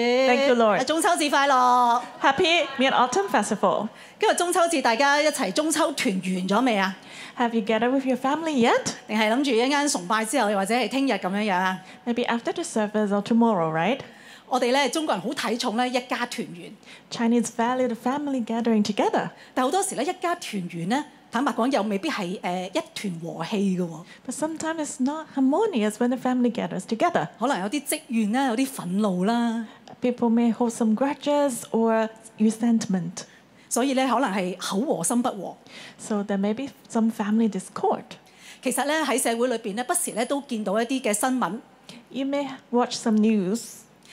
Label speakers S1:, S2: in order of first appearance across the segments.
S1: Thank you, Lord.
S2: 啊中秋節快樂！
S1: Happy Mid Autumn Festival.
S2: 今日中秋節大家一齊中秋團圓咗未啊？
S1: Have you gathered with your family yet?
S2: 定係諗住一間崇拜之後，又或者係聽日咁樣樣啊？
S1: Maybe after the service or tomorrow, right?
S2: 我哋咧中國人好睇重咧一家團圓，
S1: Chinese value the family gathering together.
S2: 但好多時咧一家團圓咧，坦白講又未必係誒、呃一團和氣嘅喎，
S1: But sometimes it's not harmonious when the family gathers together.
S2: 可能有啲積怨啦，有啲憤怒啦，
S1: People may hold some grudges or resentment.
S2: 所以咧可能係口和心不和。
S1: So there may be some family discord.
S2: 其實咧喺社會裏邊咧，不時咧都見到一啲嘅新聞，
S1: You may watch some news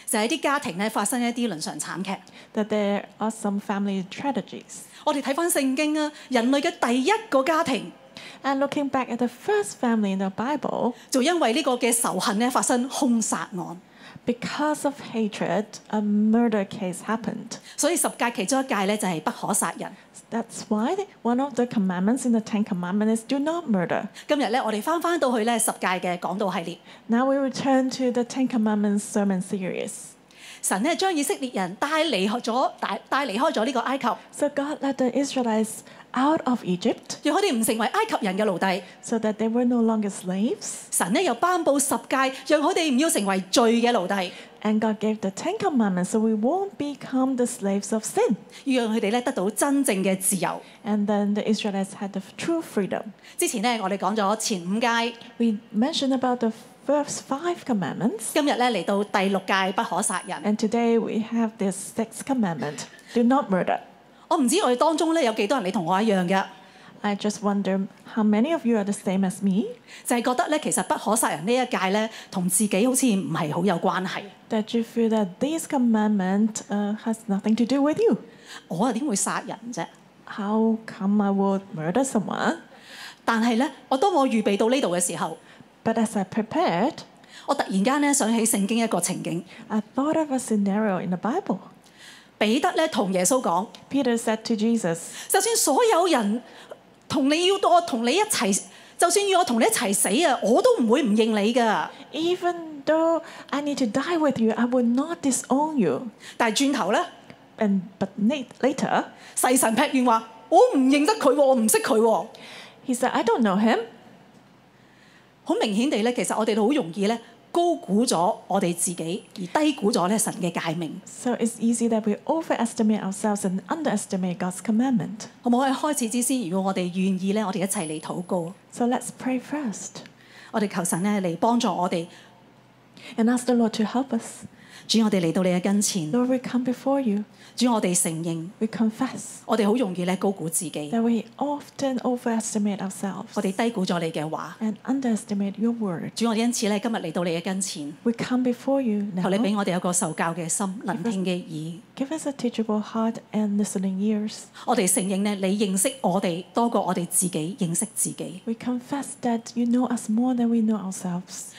S2: 就係、啲家庭咧發生一啲倫常慘劇。
S1: that there are some family tragedies.
S2: 我哋睇翻聖經啊，人類嘅第一個家庭
S1: And looking back at the first family in the Bible,
S2: 就因為呢個嘅仇恨咧發生兇殺案，
S1: because of hatred, a murder case happened.
S2: 所以十戒其中一戒咧就係不可殺人。
S1: That's why one of the commandments in the Ten Commandments is do not murder.
S2: 今日咧我哋翻翻到去咧十戒嘅講道系列，
S1: Now we return to the Ten Commandments sermon series.
S2: 神咧將以色列人帶離咗帶帶離開咗呢個埃及，
S1: So God led the Israelites out of Egypt
S2: 讓佢哋唔成為埃及人嘅奴隸。
S1: so that they were no longer slaves.
S2: 神咧又頒布十戒，讓佢哋唔要成為罪嘅奴隸，
S1: And God gave the Ten Commandments so we won't become the slaves of sin.
S2: 要讓佢哋咧得到真正嘅自由。
S1: And then the Israelites had the true freedom.
S2: 之前咧我哋講咗前五戒，
S1: We mentioned about the first five commandments.
S2: 今日咧嚟到第六戒不可殺人。
S1: And today we have this sixth commandment do not murder.
S2: 我唔知我哋當中咧有幾多人你同我一樣嘅。
S1: I just wonder how many of you are the same as me?
S2: 就係覺得咧，其實不可殺人呢一屆咧，同自己好似唔係好有關係。
S1: that you feel that this commandment uh, has nothing to do with you.
S2: 我啊點會殺人啫？
S1: How come I would murder someone?
S2: 但係咧，我當我預備到呢度嘅時候，
S1: But as I prepared,
S2: 我突然間咧想起聖經一個情景，
S1: I thought of a scenario in the Bible.
S2: 彼得咧同耶穌講：
S1: Peter said to Jesus,
S2: 就算所有人同你要我同你一齊，就算要我同你一齊死啊，我都唔會唔認你噶。
S1: Even though I need to die with you, I will not disown you.
S2: 但係轉頭咧，
S1: And but na- later,
S2: 細神劈完話：我唔認得佢喎，我唔識佢喎。
S1: he said, I don't know him.
S2: 好明顯地咧，其實我哋好容易咧高估咗我哋自己，而低估咗咧神嘅誡命。
S1: So it's easy that we overestimate ourselves and underestimate God's commandment.
S2: 好冇喺開始之先，如果我哋願意咧，我哋一齊嚟禱告，
S1: So let's pray first
S2: 我哋求神咧嚟幫助我哋。
S1: and ask the Lord to help us.
S2: 主，我哋嚟到你嘅跟前，
S1: Lord, we come before you.
S2: 主，我哋承認，
S1: We confess
S2: 我哋好容易咧高估自己，
S1: that we often overestimate ourselves
S2: 我哋低估咗你嘅話。
S1: and underestimate your word.
S2: 主，我哋因此咧今日嚟到你嘅跟前，
S1: We come before you
S2: 求你
S1: now.
S2: 俾我哋有個受教嘅心、能聽嘅耳。
S1: Give us a teachable heart and listening ears.
S2: 我哋承認咧，你認識我哋多過我哋自己認識自己，
S1: We confess that you know us more than we know ourselves.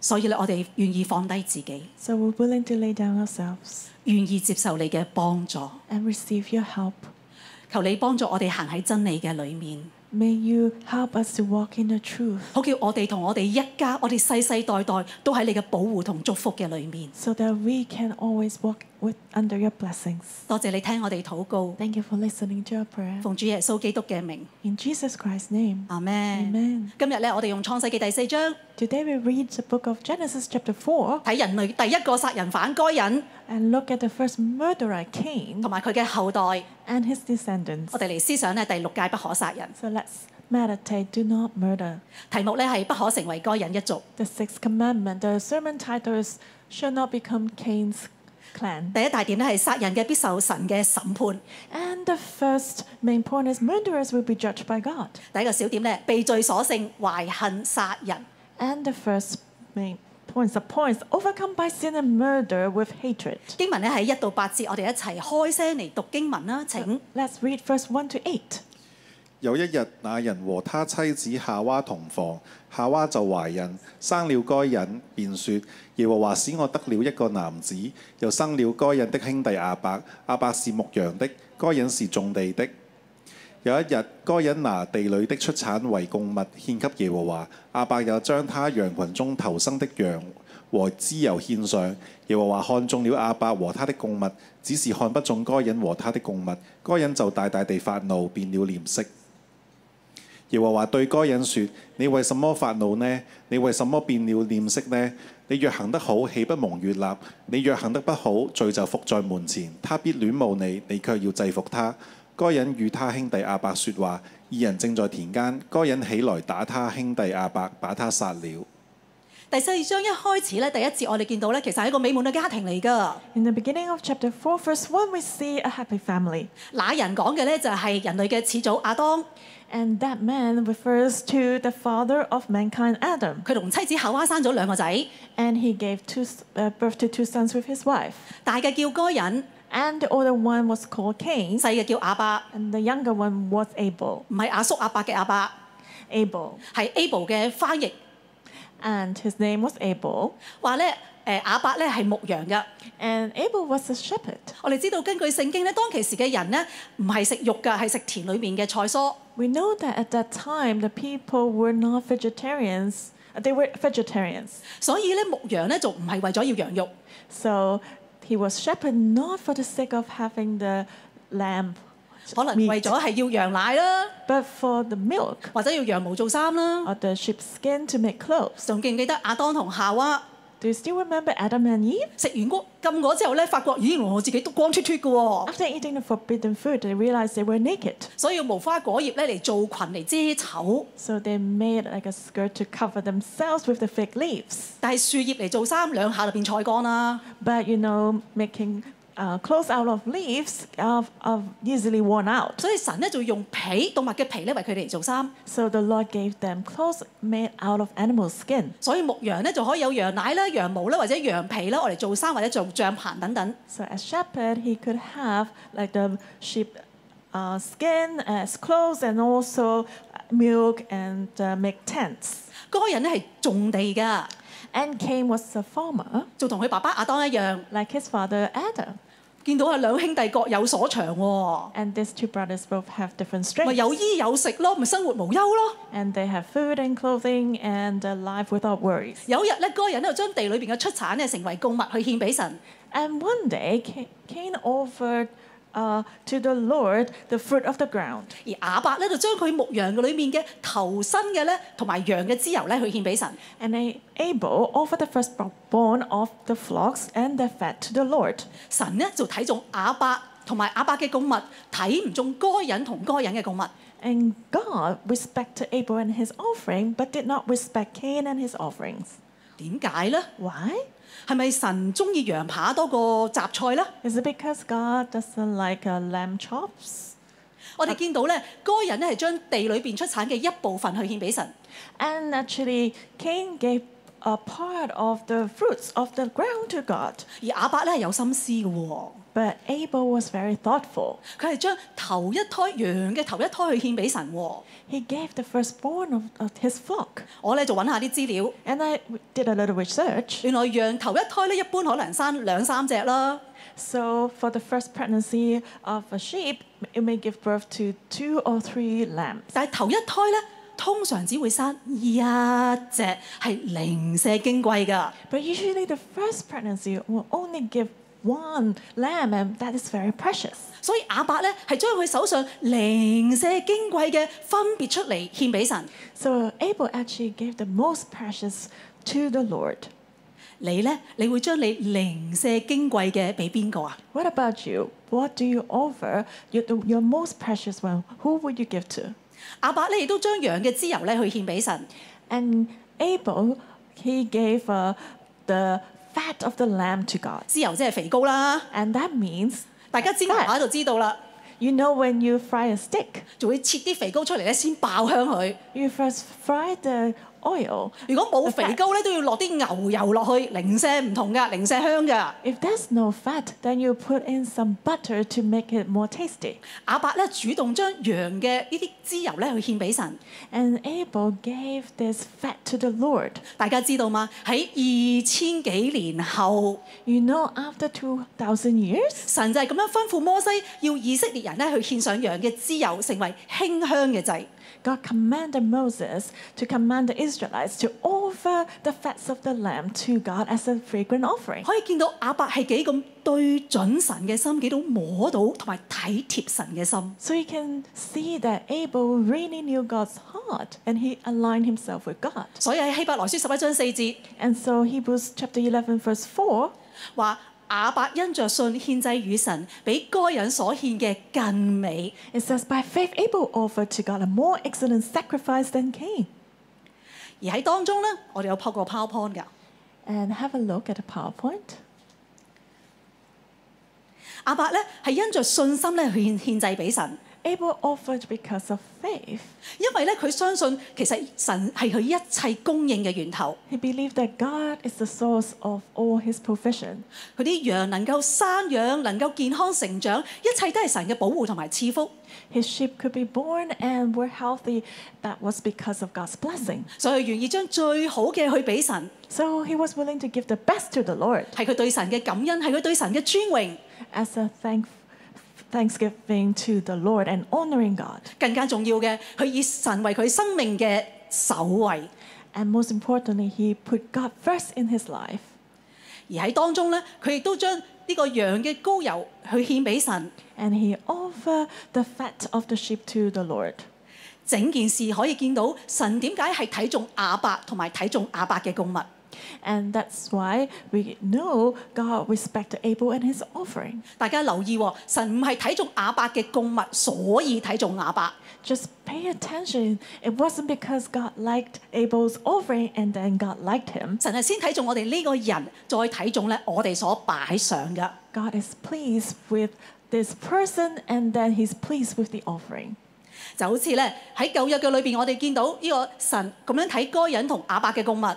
S2: 所以咧我哋願意放低自己，
S1: So we're willing to lay down ourselves
S2: 願意接受你嘅幫助。
S1: and receive your help.
S2: 求你幫助我哋行喺真理嘅裏面。
S1: May you help us to walk in the truth
S2: 好叫我哋同我哋一家，我哋世世代代都喺你嘅保護同祝福嘅裏面。
S1: so that we can always walk with under your blessings.
S2: 多謝你聽我哋禱告，
S1: Thank you for listening to our prayer.
S2: 奉主耶穌基督嘅名，
S1: In Jesus Christ's name.
S2: 阿咩？
S1: Amen.
S2: 今日咧，我哋用創世記第四章
S1: Today we read the book of Genesis chapter 4.
S2: 睇人類第一個殺人犯該隱
S1: and look at the first murderer,
S2: 同
S1: Cain,
S2: 埋佢嘅後代，我
S1: and his descendants.
S2: 哋嚟思想咧第六戒不可殺人，
S1: So let's meditate, do not murder.
S2: 題目咧係不可成為該隱一族。
S1: The sixth commandment, the sermon title is Shall Not Become Cain's Clan.
S2: 第一大點咧係殺人嘅必受神嘅審判。
S1: And the first main point is murderers will be judged by God.
S2: 第一個小點咧，被罪所勝，懷恨殺人。
S1: And the first main points, the points overcome by sin and murder with hatred.
S2: 經文咧喺一到八節，我哋一齊開聲嚟讀經文啦。請。
S1: Let's read verse 1 to 8.
S3: 有一日，那人和他妻子夏娃同房，夏娃就懷孕，生了該隱，便說：耶和華使我得了一個男子，又生了該隱的兄弟亞伯。亞伯是牧羊的，該隱是種地的。有一日，該隱拿地裏的出產為供物獻給耶和華，亞伯又將他羊群中頭生的羊和脂油獻上。耶和華看中了亞伯和他的供物，只是看不中該隱和他的供物，該隱就大大地發怒，變了臉色。耶和華對該隱說：你為什麼發怒呢？你為什麼變了臉色呢？你若行得好，豈不蒙悦納？你若行得不好，罪就伏在門前，他必戀慕你，你卻要制服他。該隱與他兄弟亞伯說話，二人正在田間，該隱起來打他兄弟亞伯，把他殺了。
S2: 第四章一開始咧，第一節我哋見到咧，其實係一個美滿嘅家庭嚟㗎。
S1: In the beginning of chapter 4, verse 1, we see a happy family.
S2: 那人講嘅咧就係人類嘅始祖亞當，
S1: And that man refers to the father of mankind, Adam.
S2: 佢同妻子夏娃生咗兩個仔，
S1: And he gave two, s- uh, birth to two sons with his wife.
S2: 大嘅叫該隱，
S1: And the older one was called Cain,
S2: 細嘅叫亞伯，
S1: and the younger one was Abel.
S2: 唔係阿叔阿伯嘅亞伯，
S1: Abel.
S2: 係 Abel 嘅翻譯，
S1: And his name was Abel.
S2: 話咧誒亞伯咧係牧羊嘅。
S1: And Abel was a shepherd.
S2: 我哋知道根據聖經咧，當其時嘅人咧唔係食肉㗎，係食田裏面嘅菜蔬。
S1: We know that at that time the people were not vegetarians. Uh, They were vegetarians.
S2: 所以咧牧羊咧就唔係為咗要羊肉，
S1: So he was shepherd not for the sake of having the lamb,
S2: 可能
S1: meat,
S2: 為咗係要羊奶啦，
S1: but for the milk
S2: 或者要羊毛做衫啦。
S1: or the sheep's skin to make clothes.
S2: 仲記唔記得亞當同夏娃
S1: Do you still remember Adam and Eve?
S2: 食完谷禁果之後咧，發覺咦我自己都光脱脱嘅喎，
S1: After eating the forbidden food, they realized they were naked.
S2: 所以用無花果葉咧嚟做裙嚟遮醜，
S1: So they made like a skirt to cover themselves with the fig leaves.
S2: 但係樹葉嚟做衫兩下就變菜乾啦。
S1: But you know, making uh, clothes out of leaves are, are easily worn out.
S2: 所以神咧就用皮動物嘅皮咧為佢哋嚟做衫，
S1: So the Lord gave them clothes made out of animal skin.
S2: 所以牧羊咧就可以有羊奶啦、羊毛啦或者羊皮啦，我嚟做衫或者做帳棚等等。
S1: So as shepherd, he could have like the sheep uh, skin as clothes and also milk and uh, make tents.
S2: 嗰個人咧係種地㗎，
S1: And Cain was a farmer,
S2: 就同佢爸爸亞當一樣，
S1: like his father Adam.
S2: 見到啊兩兄弟各有所長喎，
S1: And these two brothers both have different
S2: 咪
S1: strengths.
S2: 有衣有食咯，咪生活無憂咯。
S1: And they have food and clothing and a life without worries.
S2: 有一日咧，嗰個人咧就將地裏邊嘅出產咧成為供物去獻俾神。
S1: And one day, Ca- Cain offered uh, to the Lord the fruit of the ground.
S2: 而亞伯咧就將佢牧羊嘅裏面嘅頭身嘅咧，同埋羊嘅脂油咧去獻俾神。
S1: And A- Abel offered the firstborn of the flocks and the fat to the Lord.
S2: 神咧就睇中亞伯同埋亞伯嘅供物，睇唔中該人同該人嘅供物。
S1: And God respected Abel and his offering, but did not respect Cain and his offerings.
S2: 點解咧？
S1: Why?
S2: 係咪神中意羊扒多過雜菜咧？
S1: Is it because God doesn't like uh, lamb chops?
S2: 我哋見到咧，該人咧係將地裏邊出產嘅一部分去獻俾神，
S1: And actually, Cain gave a part of the fruits of the ground to God.
S2: 而亞伯咧係有心思嘅喎。
S1: But Abel was very thoughtful.
S2: 佢係將頭一胎羊嘅頭一胎去獻俾神喎。
S1: He gave the firstborn of, of his flock.
S2: 我咧就揾下啲資料，
S1: And I w- did a little research.
S2: 原來羊頭一胎咧一般可能生兩三隻啦。
S1: So, for the first pregnancy of a sheep, it may give birth to two or three lambs.
S2: 但係頭一胎咧，通常只會生一隻，係零舍矜貴㗎。
S1: But usually, the first pregnancy will only give one lamb, and that is very precious.
S2: 所以亞伯咧係將佢手上零舍矜貴嘅分別出嚟獻俾神。
S1: So, Abel actually gave the most precious to the Lord.
S2: 你咧，你會將你零舍矜貴嘅俾邊個啊？
S1: What about you? What do you offer? Your, your most precious one, who would you give to?
S2: 亞伯咧亦都將羊嘅脂油咧去獻俾神。
S1: And Abel, he gave uh, the fat of the lamb to God.
S2: 脂油即係肥膏啦，
S1: And that means,
S2: 大家煎牛扒就知道啦，
S1: you know, when you fry a steak,
S2: 就會切啲肥膏出嚟咧，先爆香佢。
S1: you first fry the oil.
S2: 如果冇肥膏咧，都要落啲牛油落去，零舍唔同㗎，零舍香㗎。
S1: If there's no fat, then you put in some butter to make it more tasty.
S2: 亞伯咧主動將羊嘅呢啲脂油咧去獻俾神，
S1: And Abel gave this fat to the Lord.
S2: 大家知道嘛？喺二千幾年後，
S1: You know, after 2,000 years,
S2: 神就係咁樣吩咐摩西，要以色列人咧去獻上羊嘅脂油，成為馨香嘅祭。
S1: God commanded Moses to command the Israelites to offer the fats of the lamb to God as a fragrant offering.
S2: 可以見到亞伯係幾咁對準神嘅心，幾到摸到同埋體貼神嘅心。
S1: So you can see that Abel really knew God's heart and he aligned himself with God.
S2: 所以喺希伯來書十一章四節
S1: And so Hebrews chapter 11 verse 4
S2: 話亞伯因着信獻祭與神，比該人所獻嘅更美。
S1: it says by faith Abel offered to God a more excellent sacrifice than Cain.
S2: 而喺當中呢，我哋有拍過 PowerPoint 㗎。
S1: And have a look at the PowerPoint.
S2: 亞伯呢係因着信心咧獻獻祭俾神，
S1: Abel offered because of faith.
S2: 因為咧佢相信其實神係佢一切供應嘅源頭，
S1: He believed that God is the source of all his provision.
S2: 佢啲羊能夠生養，能夠健康成長，一切都係神嘅保護同埋賜福，
S1: His sheep could be born and were healthy. That was because of God's blessing.
S2: 所以佢願意將最好嘅去俾神，
S1: So he was willing to give the best to the Lord
S2: 係佢對神嘅感恩，係佢對神嘅尊榮。
S1: as a thank, thanksgiving to the Lord and honoring God.
S2: 更加重要嘅，佢以神為佢生命嘅首位。
S1: And most importantly, he put God first in his life.
S2: 而喺當中咧，佢亦都將呢個羊嘅膏油去獻俾神，
S1: And he offered the fat of the sheep to the Lord.
S2: 整件事可以見到神點解係睇中亞伯同埋睇中亞伯嘅供物。
S1: And that's why we know God respected Abel and his offering.
S2: 大家留意喎，神唔係睇中亞伯嘅供物，所以睇中亞伯。
S1: Just pay attention. It wasn't because God liked Abel's offering and then God liked him.
S2: 神係先睇中我哋呢個人，再睇中咧我哋所擺上嘅。
S1: God is pleased with this person and then he's pleased with the offering.
S2: 就好似咧喺舊約嘅裏邊，我哋見到呢個神咁樣睇該人同亞伯嘅供物。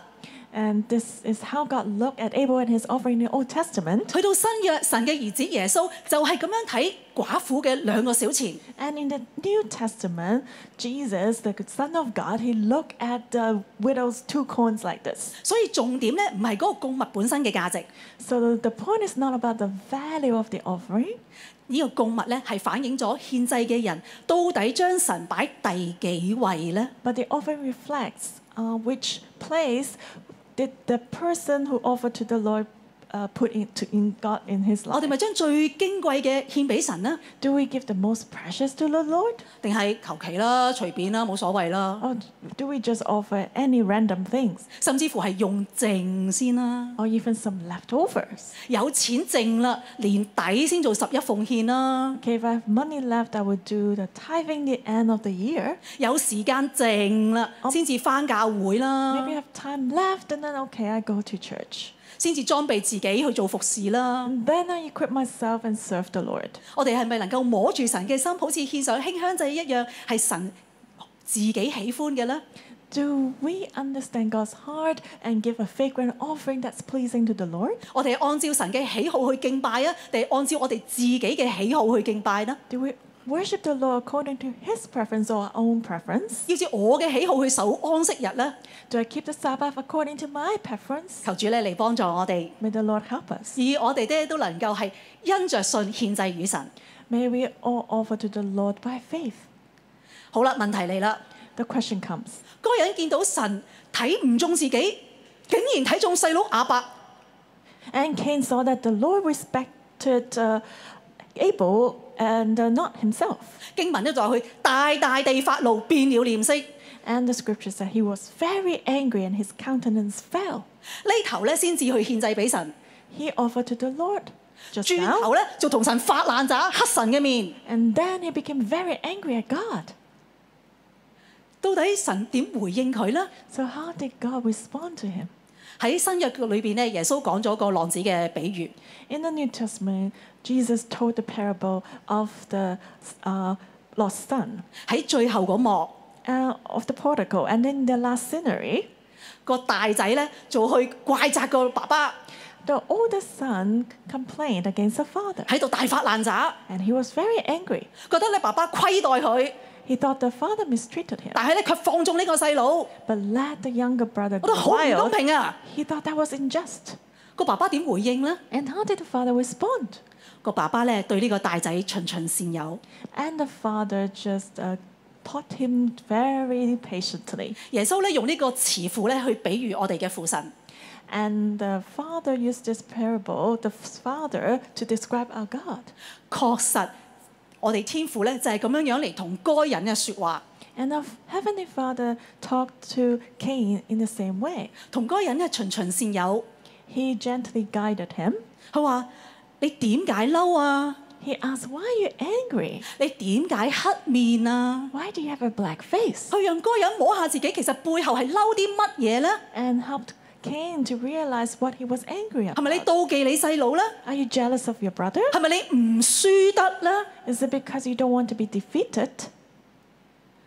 S1: And this is how God looked at Abel and his offering in the Old Testament.
S2: 去到新約，神嘅兒子耶穌就係咁樣睇寡婦嘅兩個小錢。
S1: And in the New Testament, Jesus, the good Son of God, he looked at the widow's two coins like this.
S2: 所以重點咧唔係嗰個供物本身嘅價值，
S1: So the point is not about the value of the offering.
S2: 呢、個供物咧係反映咗獻祭嘅人到底將神擺第幾位呢？
S1: But the offering reflects uh, which place did the person who offered to the Lord uh, put in, to, in God in his
S2: 我哋
S1: life?
S2: 咪將最矜貴嘅獻俾神呢？
S1: Do we give the most precious to the Lord?
S2: 定係求其啦、隨便啦、冇所謂啦？
S1: Or Oh, do we just offer any random things?
S2: 甚至乎係用剩先啦，
S1: Or even some leftovers?
S2: 有錢剩啦，年底先做十一奉獻啦，
S1: Okay, if I have money left, I would do the tithing the end of the year.
S2: 有時間剩啦，先至翻教會
S1: Maybe I
S2: 啦，
S1: have time left, and then okay, I go to church.
S2: 先至裝備自己去做服侍啦。
S1: Then I equip myself and serve the Lord.
S2: 我哋係咪能夠摸住神嘅心，好似獻上馨香祭一樣，係神自己喜歡嘅呢？
S1: Do we understand God's heart and give a fragrant offering that's pleasing to the Lord?
S2: 我哋係按照神嘅喜好去敬拜啊，定係按照我哋自己嘅喜好去敬拜呢？
S1: Do we worship the Lord according to His preference or our own preference?
S2: 要照我嘅喜好去守安息日呢？
S1: Do I keep the Sabbath according to my preference?
S2: 求主咧嚟幫助我哋，
S1: May the Lord help us.
S2: 以我哋咧都能夠係因着信獻祭與神。
S1: May we all offer to the Lord by faith.
S2: 好啦，問題嚟啦，
S1: The question comes
S2: 嗰人見到神睇唔中自己，竟然睇中細佬亞伯，
S1: And Cain saw that the Lord respected uh, Abel and uh, not himself.
S2: 經文咧就話佢大大地發怒，變了臉色。
S1: And the scripture said he was very angry and his countenance fell.
S2: 呢頭咧先至去獻祭俾神，
S1: He offered to the Lord just
S2: 轉
S1: now,
S2: 頭咧就同神發爛渣，黑神嘅面。
S1: and then he became very angry at God.
S2: 到底神點回應佢呢？
S1: So how did God respond to him?
S2: 喺新約裏邊咧，耶穌講咗個浪子嘅比喻。
S1: In the New Testament, Jesus told the parable of the uh, lost son,
S2: 喺最後嗰幕，
S1: uh, of the prodigal, and in the last scenery,
S2: 個大仔咧就去怪責個爸爸
S1: the older son complained against the father,
S2: 喺度大發爛渣，
S1: and he was very angry.
S2: 覺得咧爸爸虧待佢，
S1: He thought the father mistreated him,
S2: 但係咧佢放縱呢個細佬，我
S1: but let the younger brother
S2: 覺得
S1: go
S2: 好唔公
S1: wild.
S2: 平啊！
S1: He thought that was unjust.
S2: 個爸爸點回應呢？
S1: And how did the father respond?
S2: 個爸爸咧對呢個大仔循循善誘，
S1: And the father just uh, taught him very patiently.
S2: 耶穌咧用呢個慈父咧去比喻我哋嘅父神。
S1: And the father used this parable, the father, to describe our God.
S2: 確實，我哋天父咧就係咁樣樣嚟同該人嘅説話，
S1: And our heavenly father talked to Cain in the same way.
S2: 同該人咧循循善誘。
S1: He gently guided him.
S2: 佢話：你點解嬲啊？
S1: He asked, Why are you angry?
S2: 你點解黑面啊？
S1: Why do you have a black face?
S2: 佢讓該人摸下自己，其實背後係嬲啲乜嘢呢？
S1: And helped Cain to realize what he was angry
S2: 係
S1: about.
S2: 咪你妒忌你細佬呢？
S1: Are you jealous of your brother?
S2: 係咪你唔輸得呢？
S1: Is it because you don't want to be defeated?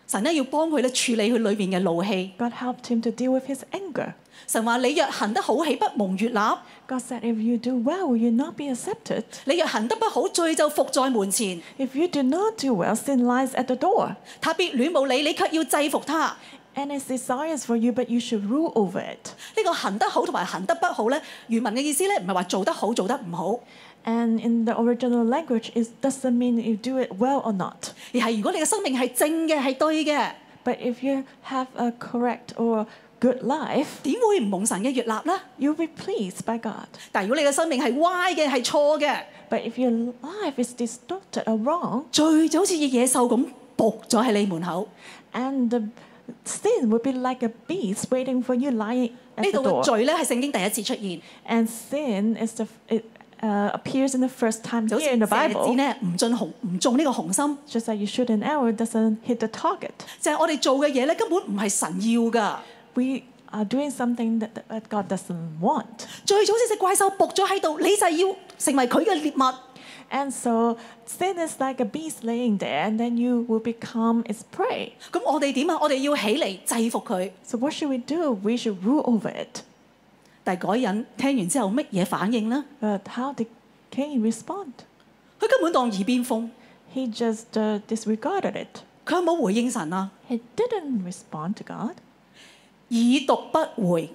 S2: 神咧要幫佢咧處理佢裏面嘅怒氣。
S1: God helped him to deal with his anger.
S2: 神話你若行得好，喜不蒙悦納；
S1: God said, If you do well, will you not be accepted?
S2: 你若行得不好，罪就伏在門前。
S1: If you do not do well, sin lies at the door,
S2: 他必戀慕你，你卻要制服他。
S1: and its desires for you, but you should rule over it.
S2: 呢個行得好同埋行得不好咧，原文嘅意思咧唔係話做得好做得唔好，
S1: And in the original language, it doesn't mean you do it well or not.
S2: 而係如果你嘅生命係正嘅係對嘅，
S1: But if you have a correct or good life,
S2: 點會唔蒙神嘅悦納呢？
S1: you'll be pleased by God.
S2: 但如果你嘅生命係歪嘅係錯嘅，
S1: But if your life is distorted or wrong,
S2: 罪就好似野獸咁伏咗喺你門口。
S1: and the sin will be like a beast waiting for you lying
S2: 呢
S1: at
S2: 度
S1: the
S2: 嘅
S1: door.
S2: 罪咧係聖經第一次出現，
S1: And sin is the it uh, appears in the first time
S2: 就好似
S1: here in the
S2: 蛇子
S1: Bible.
S2: 咧唔進紅唔中呢個紅心，
S1: Just like you shoot an arrow, it doesn't hit the target.
S2: 就係、我哋做嘅嘢咧根本唔係神要㗎。
S1: We are doing something that, that God doesn't want.
S2: 最早似隻怪獸伏咗喺度，你就係要成為佢嘅獵物。
S1: And so sin is like a beast laying there, and then you will become its prey.
S2: 咁我哋點啊？我哋要起嚟制服佢。
S1: So what should we do? We should rule over it.
S2: 但係嗰人聽完之後乜嘢反應呢？
S1: But how did Cain respond?
S2: 佢根本當耳邊風，
S1: He just uh, disregarded it.
S2: 佢有冇回應神啊？
S1: He didn't respond to God.
S2: 已讀不回，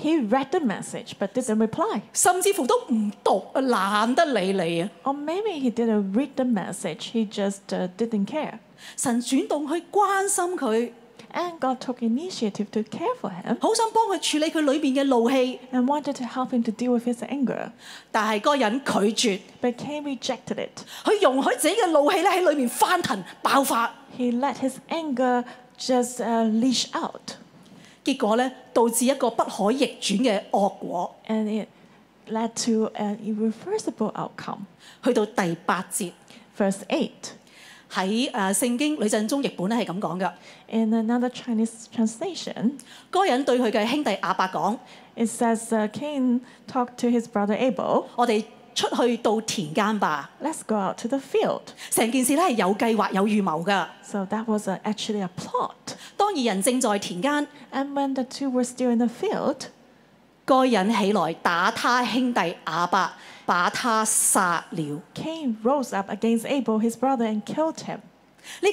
S1: He read the message but didn't reply.
S2: 甚至乎都唔讀，懶得理你啊！
S1: Or maybe he didn't read the message, he just uh, didn't care.
S2: 神轉動去關心佢，
S1: And God took initiative to care for him
S2: 好想幫佢處理佢裏面嘅怒氣，
S1: and wanted to help him to deal with his anger.
S2: 但係嗰人拒絕，
S1: But Cain rejected it.
S2: 佢容許自己嘅怒氣咧喺裏面翻騰爆發，
S1: He let his anger just uh, leash out,
S2: 結果咧導致一個不可逆轉嘅惡果。
S1: and it led to an irreversible outcome.
S2: 去到第八節
S1: Verse 8.
S2: 喺誒呃聖經呂振中譯本咧係咁講嘅，
S1: In another Chinese translation,
S2: 嗰人對佢嘅兄弟亞伯講。
S1: it says uh, Cain talked to his brother Abel,
S2: 我哋出去到田間吧。
S1: let's go out to the field.
S2: 成件事咧係有計劃、有預謀㗎。
S1: So that was uh, actually a plot.
S2: 當二人正在田間，
S1: And when the two were still in the field,
S2: 該人起來打他兄弟亞伯，把他殺了。呢、
S1: Cain rose up against Abel, his brother, and killed him.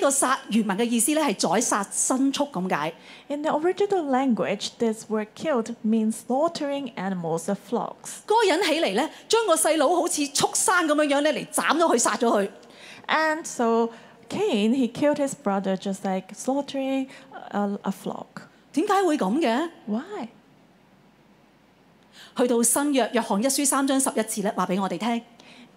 S2: 個殺原文嘅意思咧係宰殺、牲畜咁解。
S1: In the original language, this word killed means slaughtering animals or flocks.
S2: 該人起嚟咧，將個細佬好似畜生咁樣樣咧嚟斬咗佢、殺咗佢。
S1: And so Cain, he killed his brother just like slaughtering a, a flock.
S2: 點解會咁嘅？
S1: Why?
S2: 去到新約約翰一書三章十一節咧，話俾我哋聽。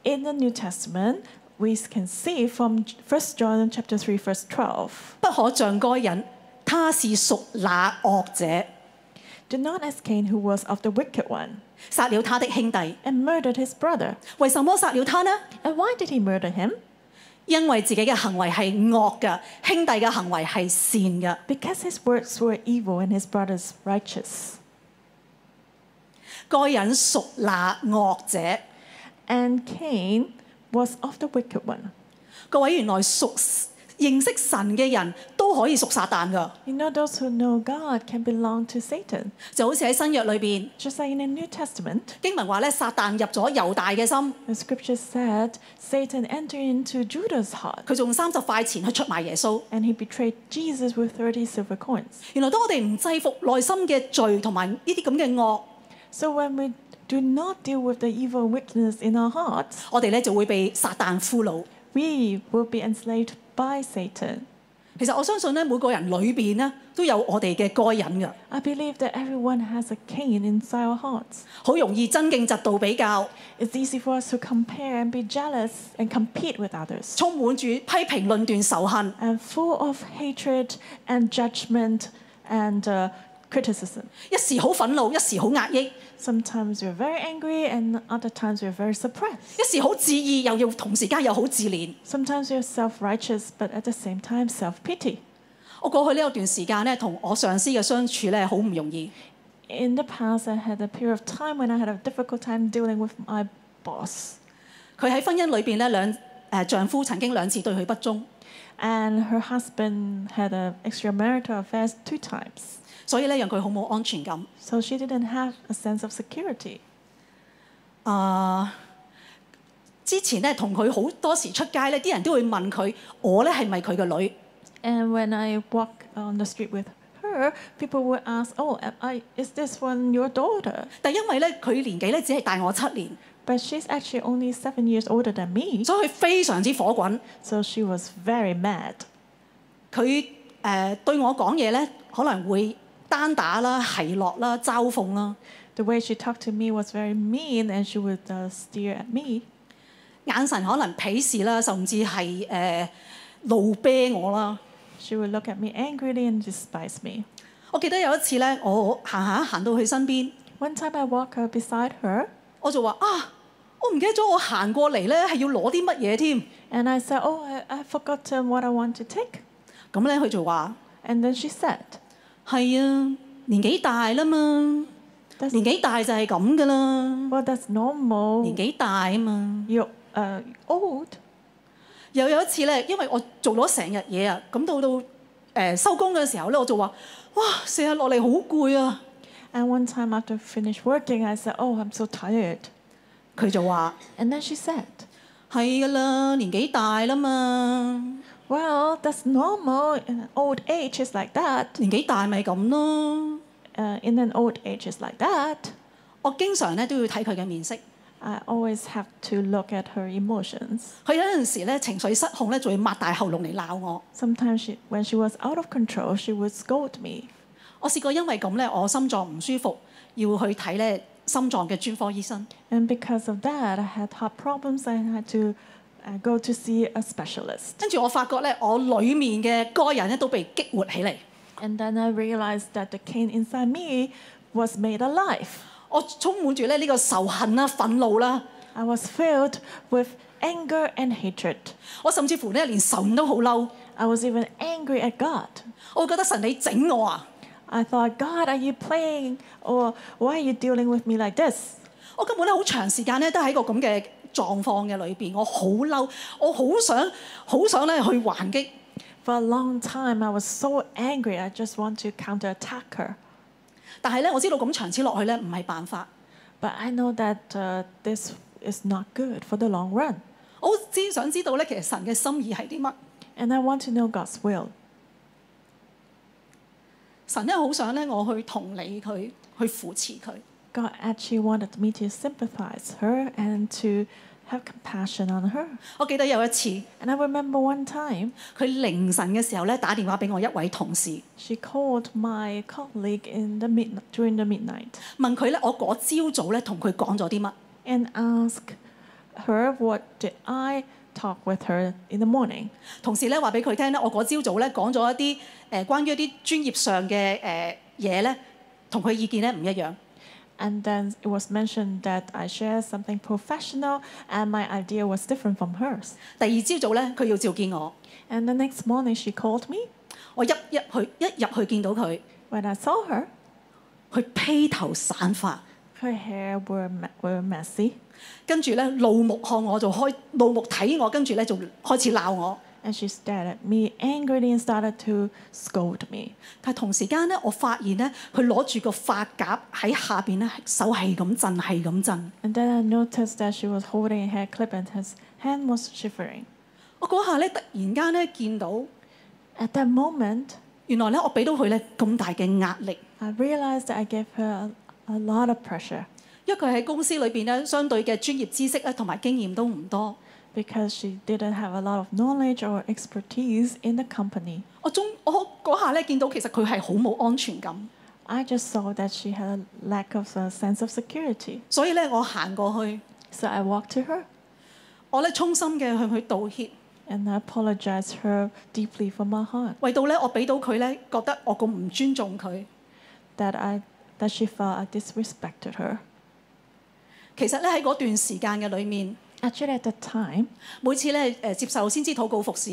S1: In the New Testament, we can see from 1 John chapter 3 verse 12,
S2: 不可像該人，他是屬那惡者，
S1: do not as Cain who was of the wicked one
S2: 殺了他的兄弟。
S1: and murdered his brother.
S2: 為什麼殺了他呢？
S1: And why did he murder him?
S2: 因為自己嘅行為係惡嘅，兄弟嘅行為係善嘅。
S1: Because his words were evil and his brothers righteous.
S2: 該人屬那惡者，
S1: And Cain was of the wicked one.
S2: 各位原來屬認識神嘅人都可以屬撒旦噶，
S1: You know, those who know God can belong to Satan.
S2: 就好似喺新約裏邊
S1: Just like in the New Testament,
S2: 經文話咧，撒旦入咗猶大嘅心，
S1: the scripture said Satan entered into Judah's heart
S2: 佢仲三十塊錢去出賣耶穌。
S1: and he betrayed Jesus with 30 silver coins.
S2: 原來當我哋唔制服內心嘅罪同埋呢啲咁嘅惡，
S1: So when we do not deal with the evil and wickedness in our hearts,
S2: 我哋咧就會被撒旦俘虜。
S1: we will be enslaved by Satan.
S2: 其實我相信咧，每個人裏邊咧都有我哋嘅該隱嘅，
S1: I believe that everyone has a Cain inside our hearts.
S2: 好容易爭競嫉妒比較，
S1: It's easy for us to compare and be jealous and compete with others.
S2: 充滿住批評論斷仇恨。
S1: And full of hatred and judgment and uh, criticism.
S2: 一時好憤怒，一時好壓抑，一
S1: Sometimes you're very angry, and other times you're very suppressed.
S2: 時好自意，又要同時間又好自憐。
S1: Sometimes you're self righteous, but at the same time, self pity.
S2: 我過去呢一段時間咧，同我上司嘅相處咧，好唔容易。
S1: In the past, I had a period of time when I had a difficult time dealing with my boss.
S2: 佢喺婚姻裏邊咧，兩誒、呃丈夫曾經兩次對佢不忠，
S1: And her husband had an extramarital affair two times.
S2: 所以咧讓佢好冇安全感。
S1: So she didn't have a sense of security.
S2: 啊、之前咧同佢好多時出街咧，啲人都會問佢：我咧係咪佢嘅女？
S1: And when I walk on the street with her, people would ask, Oh, am I, is this one your daughter?
S2: 但因為咧佢年紀咧只係大我七年，
S1: But she's actually only seven years older than me.
S2: 所以佢非常之火滾。
S1: So she was very mad.
S2: 佢誒、呃、對我講嘢咧，可能會單打啦、奚落啦、嘲諷啦，
S1: The way she talked to me was very mean, and she would uh, stare at me.
S2: 眼神可能鄙視啦，甚至係誒、呃怒啤我啦。
S1: She would look at me angrily and despise me.
S2: 我記得有一次咧，我行下行到佢身邊，
S1: One time I walked uh, beside her,
S2: 我就話啊，我唔記得咗我行過嚟咧係要攞啲乜嘢添。
S1: and I said, Oh, I, I've forgotten what I want to take.
S2: 咁咧佢就話。
S1: And then she said,
S2: 係啊，年紀大啦嘛，
S1: That's,
S2: 年紀大就係咁噶啦，
S1: Well, that's
S2: 年
S1: normal.
S2: 紀大啊嘛。
S1: You're uh, old.
S2: 又有一次咧，因為我做咗成日嘢啊，咁到到誒收工嘅時候咧，我就話：哇，成日落嚟好攰啊！
S1: And one time after I finished working, I said, Oh, I'm so tired.
S2: 佢就話：
S1: And then she said,
S2: 係噶啦，年紀大啦嘛，
S1: Well, that's normal. In an old age is like that.
S2: 年紀大咪咁咯。
S1: Uh, in an old age is like that.
S2: 我經常咧都要睇佢嘅面色，
S1: I always have to look at her emotions.
S2: 佢有陣時咧情緒失控咧，就會擘大喉嚨嚟鬧我。
S1: Sometimes she, when she was out of control, she would scold me.
S2: 我試過因為咁咧，我心臟唔舒服，要去睇咧心臟嘅專科醫生。
S1: And because of that, I had heart problems and had to uh, go to see a specialist.
S2: 跟住我發覺咧，我裡面嘅該人咧都被激活起嚟。
S1: And then I realized that the Cain inside me was made alive.
S2: 我充滿住咧呢個仇恨啦、憤怒啦，
S1: I was filled with anger and hatred.
S2: 我甚至乎咧連神都好嬲。
S1: I was even angry at God.
S2: 我會覺得神你整我啊！
S1: I thought, God, are you playing? Or why are you dealing with me like this?
S2: 我根本咧好長時間咧都喺個咁嘅狀況嘅裏邊，我好嬲，我好想好想咧去還擊。
S1: For a long time, I was so angry, I just want to counterattack her.
S2: 但係咧我知道咁長此落去咧唔係辦法。
S1: But I know that uh, this is not good for the long run.
S2: 我好知想知道咧，其實神嘅心意係啲乜？
S1: And I want to know God's will.
S2: 神咧好想咧我去同理佢，去扶持佢。
S1: God actually wanted me to sympathize her and to have compassion on her.
S2: 我記得有一次，
S1: And I remember one time,
S2: 佢凌晨嘅時候咧打電話俾我一位同事，
S1: she called my colleague in the mid- during the midnight
S2: 問佢咧我嗰朝早咧同佢講咗啲乜。
S1: and asked her what did I talk with her in the morning.
S2: 同時咧話俾佢聽咧，我嗰朝早咧講咗一啲誒、呃、關於一啲專業上嘅誒呃嘢咧，同佢意見咧唔一樣。
S1: And then it was mentioned that I shared something professional and my idea was different from hers.
S2: 第二朝早咧，佢要召見我，
S1: And the next morning she called me.
S2: 我一入去一入去見到佢，
S1: When I saw her,
S2: 佢披頭散髮，
S1: her hair were, me- were messy
S2: 跟住咧怒目看我就開怒目睇我，跟住咧就開始鬧我。
S1: and she stared at me angrily and started to scold me.
S2: 但係同時間咧，我發現咧，佢攞住個髮夾喺下邊咧，手係咁震，係咁震。
S1: And then I noticed that she was holding a hair clip and his hand was shivering.
S2: 我嗰下咧，突然間咧見到，
S1: At that moment,
S2: 原來咧我俾到佢咧咁大嘅壓力，
S1: I realized that I gave her a, a lot of pressure
S2: 因為佢喺公司裏邊咧相對嘅專業知識咧同埋經驗都唔多，
S1: because she didn't have a lot of knowledge or expertise in the company.
S2: 我中我嗰下咧見到其實佢係好冇安全感，
S1: I just saw that she had a lack of a sense of security.
S2: 所以咧我行過去，
S1: So I walked to her
S2: 我咧衷心嘅向佢道歉，
S1: and I apologized her deeply from my heart
S2: 為到咧我俾到佢咧覺得我咁唔尊重佢。
S1: that I that she felt I disrespected her.
S2: 其實咧喺嗰段時間嘅裏面，
S1: Actually, at that time,
S2: 每次咧誒接受先知禱告服侍，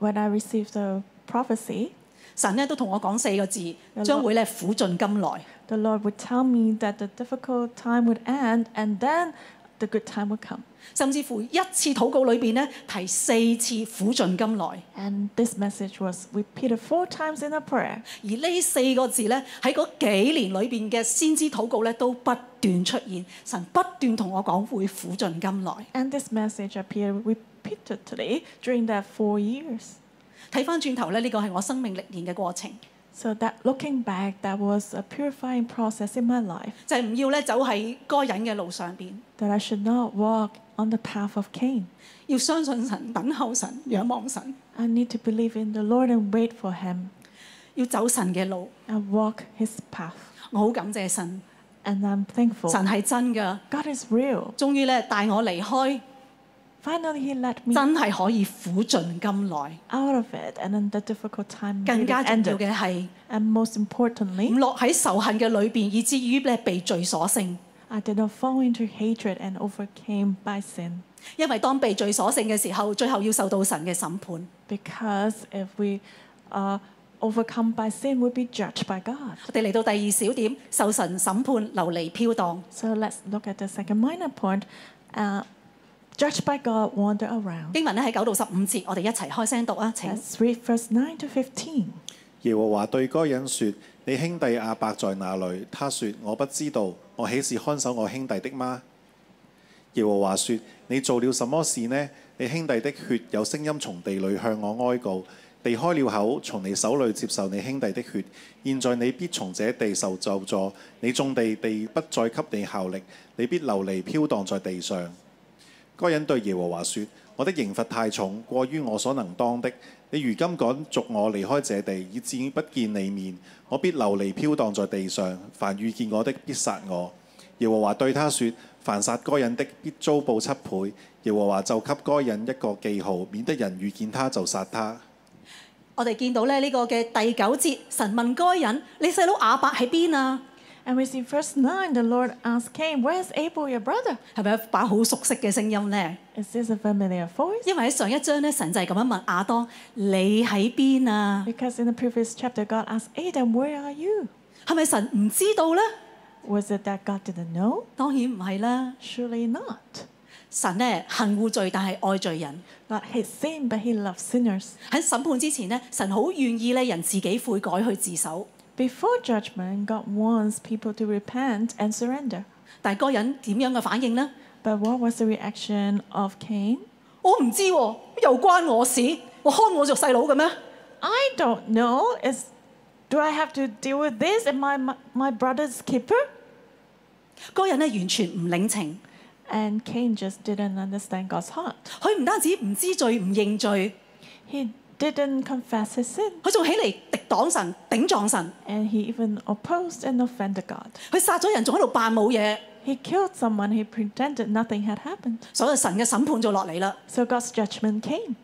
S1: when I received the prophecy,
S2: 神咧都同我講四個字，
S1: 有
S2: 將
S1: 咯
S2: 會咧苦盡甘來。
S1: the Lord would tell me that the difficult time would end and then the good time would come.
S2: 甚至乎一次禱告裏邊咧提四次苦盡甘來，而
S1: And this message was repeated four times in a prayer.
S2: 呢四個字咧喺嗰幾年裏邊嘅先知禱告咧都不斷出現，神不斷同我講會苦盡甘來。
S1: And this message appeared repeatedly during that four years.
S2: 睇翻轉頭咧，呢個係我生命歷練嘅過程，
S1: So that looking back, that was a purifying process in my life
S2: 就係、唔要咧走喺該隱嘅路上邊，
S1: that I should not walk on the path of Cain.
S2: 要相信神、等候神、仰望神，
S1: I need to believe in the Lord and wait for him
S2: 要走神嘅路。
S1: and walk his path.
S2: 我好感謝神，
S1: And I'm thankful.
S2: 神係真㗎，
S1: God is real.
S2: 終於咧帶我離開，
S1: Finally, he let me
S2: 真係可以苦盡甘來。
S1: out of it and then the difficult time
S2: 更
S1: really
S2: 加重要
S1: ended.
S2: 嘅係。
S1: And most importantly,
S2: 唔落喺仇恨嘅裏邊，以至於咧被罪所勝。
S1: I did not fall into hatred and overcame by sin.
S2: 因為當被罪所勝嘅時候，最後要受到神嘅審判。
S1: Because if we are overcome by sin, we'll be judged by God.
S2: 我哋嚟到第二小點，受神審判，流離飄蕩。
S1: So let's look at the second minor point. Uh, judged by God, wander around.
S2: 經文咧喺九到十五節，我哋一齊開聲讀啊！請
S1: Let's read verse 9 to 15.
S3: 耶和華對該隱說：你兄弟亞伯在哪裏？他說：我不知道，我豈是看守我兄弟的嗎？耶和華說：你做了什麼事呢？你兄弟的血有聲音從地裏向我哀告，地開了口，從你手裏接受你兄弟的血。現在你必從這地受咒詛，你種地，地不再給你效力，你必流離飄蕩在地上。該人對耶和華說：我的刑罰太重，過於我所能當的。你如今趕逐我離開這地，以致不見你面，我必流離飄蕩在地上。凡遇見我的，必殺我。耶和華對他說：凡殺該人的，必遭報七倍。耶和華就給該人一個記號，免得人遇見他就殺他。
S2: 我哋見到咧呢個嘅第九節，神問該隱：你細佬亞伯喺邊啊？
S1: And we see verse 9 the Lord asked Cain, Where's Abel, your brother?
S2: 係咪一把好熟悉嘅聲音呢？
S1: Is this a familiar voice?
S2: 因為喺上一章咧，神就係咁樣問亞當：你喺邊啊？
S1: Because in the previous chapter, God asked Adam, Where are you?
S2: 係咪神唔知道呢？
S1: Was it that God didn't know?
S2: 當然唔係啦。
S1: Surely not.
S2: 神咧恨惡罪，但係愛罪人。
S1: God hates sin, but he loves sinners.
S2: 喺審判之前咧，神好願意咧人自己悔改去自首，
S1: Before judgment, God wants people to repent and surrender.
S2: 但係嗰人點樣嘅反應呢？
S1: But what was the reaction of Cain?
S2: 我唔知喎、又關我事，我看我做細佬嘅咩？
S1: I don't know. Is do I have to deal with this? Am I my, my brother's keeper?
S2: 嗰人咧完全唔領情，
S1: And Cain just didn't understand God's heart.
S2: 佢唔單止唔知罪唔認罪，
S1: He didn't confess his sin,
S2: 佢仲起嚟敵擋神、頂撞神，
S1: and he even opposed and offended God.
S2: 佢殺咗人仲喺度扮冇嘢，
S1: He killed someone. He pretended nothing had happened.
S2: 所以神嘅審判就落嚟啦。
S1: So God's judgment came.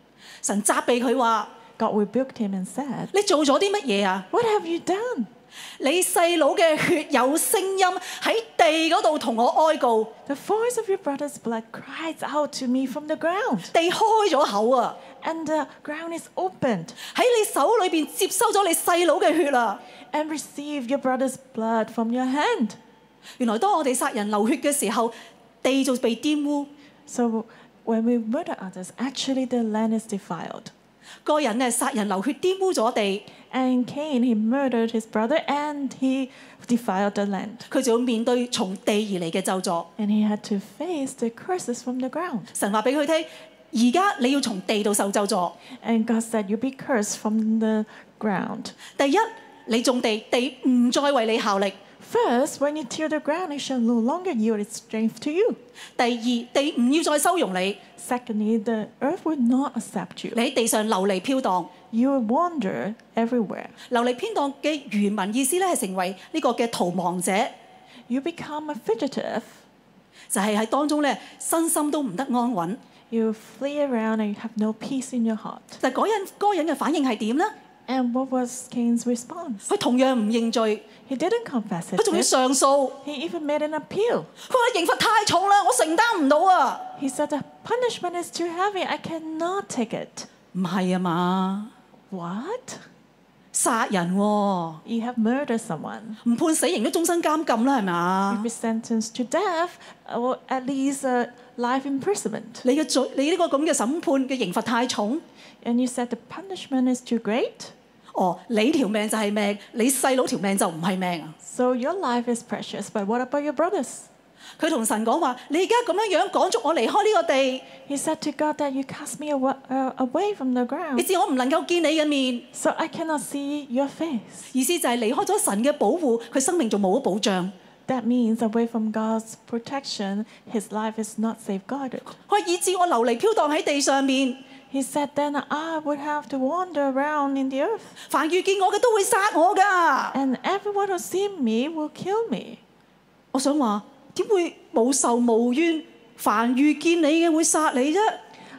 S2: 神責備佢話：
S1: God rebuked him and said,
S2: 你做咗啲乜嘢啊？
S1: "What have you done?
S2: 你細佬嘅血有聲音喺地嗰度同我哀告，
S1: The voice of your brother's blood cries out to me from the ground,
S2: 地開咗口啊！
S1: and the ground is opened."
S2: 喺你手裏邊接收咗你細佬嘅血啊啦。
S1: and receive your brother's blood from your hand.
S2: 原來當我哋殺人流血嘅時候，地就被玷污。
S1: So when we murder others, actually the land is defiled.
S2: 個人咧殺人流血玷污咗地，
S1: And Cain, he murdered his brother and he defiled the land.
S2: 佢就要面對從地而嚟嘅咒詛。
S1: And he had to face the curses from the ground.
S2: 神話俾佢聽：而家你要從地度受咒詛。
S1: And God said, You'll be cursed from the ground.
S2: 第一，你種地，地唔再為你效力；
S1: First, when you till the ground, it shall no longer yield its strength to you.
S2: 第二，地唔要再收容你，
S1: Secondly, the earth will not accept you.
S2: 你喺地上流離飄蕩。
S1: You will wander everywhere.
S2: 流離偏蕩嘅原文意思咧係成為呢個嘅逃亡者，
S1: You become a fugitive.
S2: 就係、喺當中咧身心都唔得安穩。
S1: You flee around and you have no peace in your heart.
S2: 但係嗰人嗰個人嘅反應係點呢？
S1: And what was Cain's response?
S2: 佢同樣唔認罪，
S1: He didn't confess it.
S2: 佢仲要上訴。
S1: He even made an appeal.
S2: 佢話刑罰太重啦，我承擔唔到啊！
S1: He said, The punishment is too heavy. I cannot take it.
S2: 唔係啊嘛，
S1: What?
S2: 殺人喎、
S1: You have murdered someone.
S2: 唔判死刑都終身監禁啦，係啊嘛
S1: You'll be？sentenced to death or at least uh, life imprisonment.
S2: 你嘅罪，你呢個咁嘅審判嘅刑罰太重。
S1: And you said the punishment is too great.
S2: 哦，你條命就係命，你細佬條命就唔係命啊！
S1: So your life is precious, but what about your brothers?
S2: 佢同神講話：你而家咁樣樣趕逐我離開呢個地，
S1: He said to God that you cast me awa- uh, away from the
S2: 以
S1: ground
S2: 致我唔能夠見你嘅面。
S1: so I cannot see your face.
S2: 意思就係離開咗神嘅保護，佢生命仲冇咗保障。
S1: That means away from God's protection, his life is not safeguarded.
S2: 佢話以致我流離飄蕩喺地上面，
S1: He said, Then I would have to wander around in the earth,
S2: 凡遇見我嘅都會殺我㗎。
S1: and everyone who sees me will kill me.
S2: 我想話點會冇仇無怨？凡遇見你嘅會殺你啫。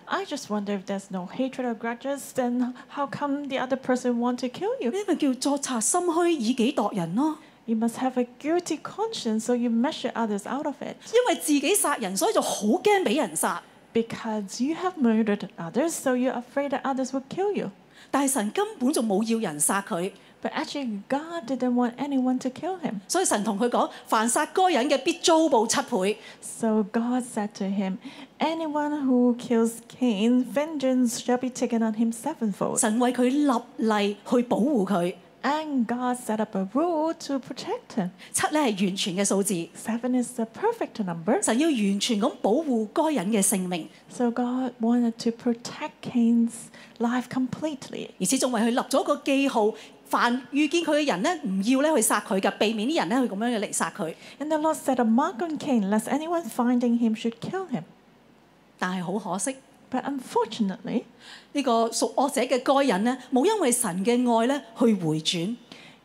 S1: I just wonder if there's no hatred or grudges, then how come the other person want to kill you?
S2: 呢咪叫作賊心虛，以己度人咯。
S1: You must have a guilty conscience, so you measure others out of it.
S2: 因為自己殺人，所以就好驚俾人殺。
S1: Because you have murdered others, so you're afraid that others will kill you.
S2: 但係神根本就冇要人殺佢，
S1: But actually, God didn't want anyone to kill him.
S2: 所以神同佢講：凡殺該人嘅，必遭報七倍。
S1: So God said to him, Anyone who kills Cain, vengeance shall be taken on him sevenfold.
S2: 神為佢立例去保護佢。
S1: And God set up a rule to protect him.
S2: 七咧係完全嘅數字，
S1: Seven is the perfect number.
S2: 神要完全咁保護該人嘅性命，
S1: So God wanted to protect Cain's life completely.
S2: 而且仲為佢立咗個記號，凡遇見佢嘅人咧，唔要咧去殺佢嘅，避免啲人咧去咁樣嘅嚟殺佢。
S1: And the Lord set a mark on Cain, lest anyone finding him should kill him.
S2: 但係好可惜，
S1: But unfortunately,
S2: 呢、個屬惡者嘅該人咧，冇因為神嘅愛咧去回轉，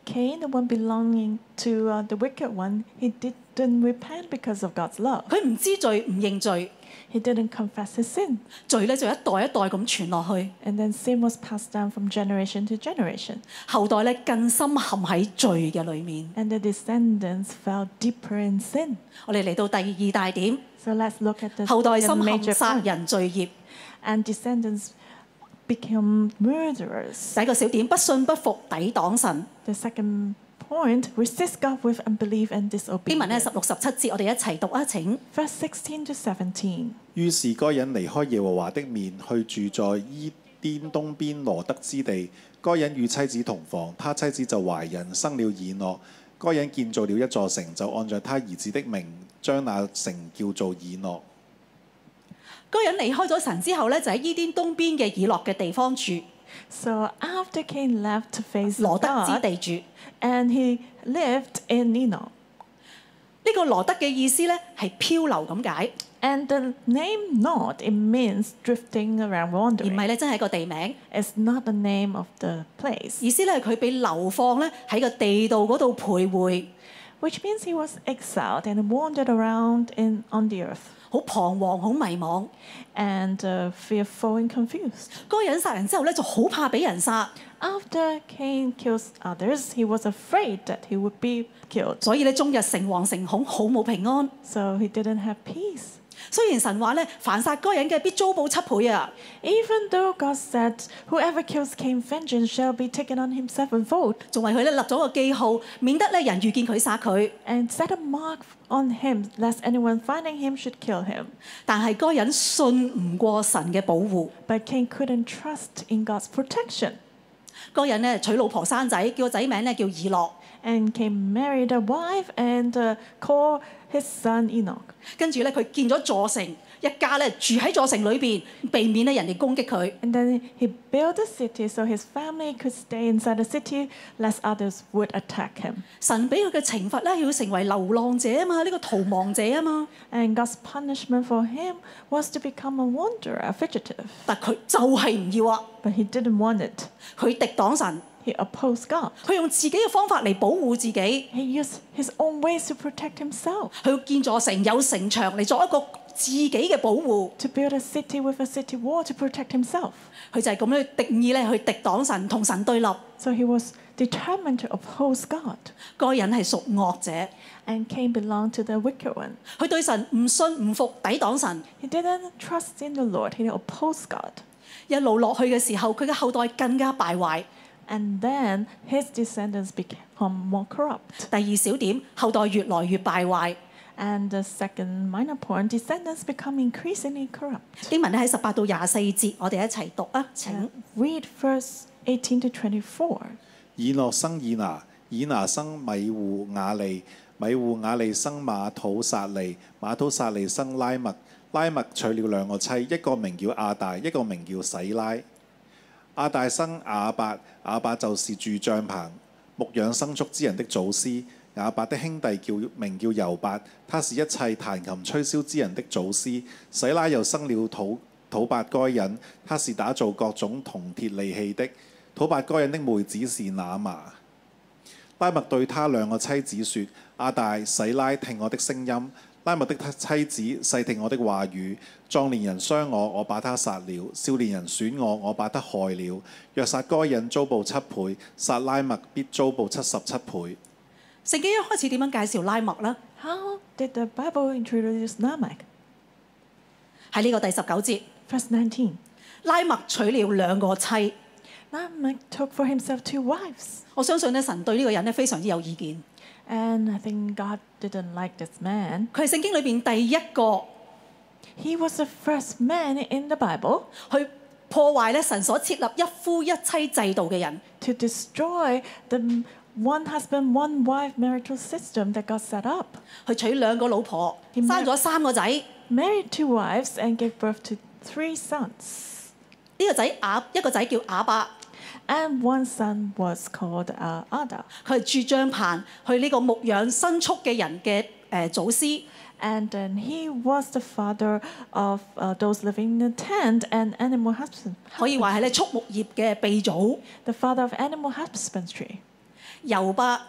S1: Cain, the one belonging to uh, the wicked one, he didn't repent because of God's love.
S2: 佢唔知罪，唔認罪，
S1: He didn't confess his sin.
S2: 罪咧就一代一代咁傳落去，
S1: And then sin was passed down from generation to generation.
S2: 後代咧更深陷喺罪嘅裏面。
S1: And the descendants fell deeper in sin.
S2: 我哋嚟到第二大點，
S1: So let's look at the,
S2: 後代
S1: the
S2: 深陷
S1: major
S2: 殺
S1: point.
S2: 人罪孽。
S1: And descendants become murderers.
S2: 第一個小點，不信不服，抵擋神。
S1: The second point resist God with unbelief and
S2: 經文咧
S1: disobedience.
S2: 十六十七節，我哋一齊讀啊！請
S1: Verse 16 to 17.
S3: 於是該人離開耶和華的面，去住在伊甸東邊羅德之地。該人與妻子同房，他妻子就懷孕，生了以諾。該人建造了一座城，就按照他兒子的名，將那城叫做以諾。
S2: 嗰人離開咗神之後咧，就喺伊甸東邊嘅以諾嘅地方住，
S1: So after Cain left to face
S2: 羅德之
S1: God,
S2: 地住。
S1: and he lived in Enoch.
S2: 呢、個羅德嘅意思咧係漂流咁解，
S1: And the name Nod, it means drifting
S2: 而
S1: around
S2: 唔
S1: wandering.
S2: 係咧真係一個地名。
S1: It's not the name of the place,
S2: 意思咧係佢被流放咧喺個地道嗰度徘徊，
S1: which means he was exiled and wandered around in, on the earth
S2: 好彷徨，好迷茫。
S1: and uh, fearful and confused.
S2: 嗰人殺人之後咧就好怕俾人殺，
S1: After Cain kills others, he was afraid that he would be killed,
S2: 所以咧終日誠惶誠恐，好冇平安。
S1: so he didn't have peace.
S2: 雖然神話咧凡殺嗰人嘅必遭報七倍啊，
S1: Even though God said, Whoever kills Cain, vengeance shall be taken on him sevenfold,
S2: 仲為佢咧立咗個記號，免得咧人遇見佢殺佢。
S1: and set a mark on him, lest anyone finding him should kill him.
S2: 但係嗰人信唔過神嘅保護，
S1: But Cain couldn't trust in God's protection,
S2: 嗰人咧娶老婆生仔，叫個仔名咧叫以諾，
S1: and Cain married a wife and uh, called his son Enoch.
S2: 跟住咧佢建咗座城，一家咧住喺座城裏邊，避免咧人哋攻擊佢。
S1: And then he built a city so his family could stay inside the city, lest others would attack him.
S2: 神俾佢嘅懲罰咧，要成為流浪者啊嘛，呢、個逃亡者啊嘛。
S1: And God's punishment for him was to become a wanderer, a fugitive.
S2: 但佢就係唔要啊！
S1: But he didn't want it.
S2: 佢敵擋神，
S1: He opposed God.
S2: 佢用自己嘅方法嚟保護自己，佢
S1: He used his own ways to protect himself,
S2: 要建座城有城牆嚟作一個自己嘅保護。
S1: to build a city with a city wall to protect himself.
S2: 佢就係咁樣定義咧，去敵擋神，同神對立。
S1: So he was determined to oppose God.
S2: 嗰個人係屬惡者，
S1: And Cain belonged to the wicked one.
S2: 佢對神唔信唔服，抵擋神。
S1: He didn't trust in the Lord, he opposed God.
S2: 一路落去嘅時候，佢嘅後代更加敗壞。
S1: And then his descendants become more corrupt.
S2: 第二小點，後代越來越敗壞。
S1: And the second minor point descendants become increasingly corrupt.
S2: 經文咧喺十八到廿四節，我哋一齊讀啊！請
S1: Read verse 18 to 24.
S3: 以諾生以拿，以拿生米户雅利，米户雅利生馬土撒利，馬土撒利生拉麥，拉麥娶了兩個妻，一個名叫亞大，一個名叫洗拉。亞大生亞伯，亞伯就是住帳棚牧養牲畜之人的祖師。亞伯的兄弟叫名叫猶伯，他是一切彈琴吹簫之人的祖師。洗拉又生了土土伯該隱，他是打造各種銅鐵利器的。土伯該隱的妹子是那瑪。拉麥對他兩個妻子說：阿大、洗拉，聽我的聲音。拉麥的妻子細聽我的話語。壯年人傷我，我把他殺了；少年人損我，我把他害了。若殺該隱，遭報七倍；殺拉麥，必遭報七十七倍。
S2: 聖經一開始點樣介紹拉麥呢？
S1: How did the Bible introduce Lamech?
S2: 喺呢個第十九節，
S1: Verse 19.
S2: 拉麥娶了兩個妻。
S1: Lamech took for himself two wives.
S2: 我相信咧，神對呢個人咧非常之有意見。
S1: And I think God didn't like this man.
S2: 佢係聖經裏邊第一個
S1: He was the first man in the Bible
S2: 去破壞咧神所設立一夫一妻制度嘅人。
S1: to destroy the one husband, one wife marital system that God set up.
S2: 佢娶兩個老婆，
S1: 點
S2: 生
S1: 呢
S2: 咗三個仔。呢、
S1: Married two wives and gave birth to three sons.
S2: 個仔雅一個仔叫雅伯，
S1: And one son was called uh, Ada.
S2: 佢係住帳棚，去呢個牧養牲畜嘅人嘅誒、呃祖師。
S1: And then he was the father of uh, those living in the tent and animal husband,
S2: 可以話係咧畜牧業嘅鼻祖。
S1: the father of animal husbandry.
S2: 猶伯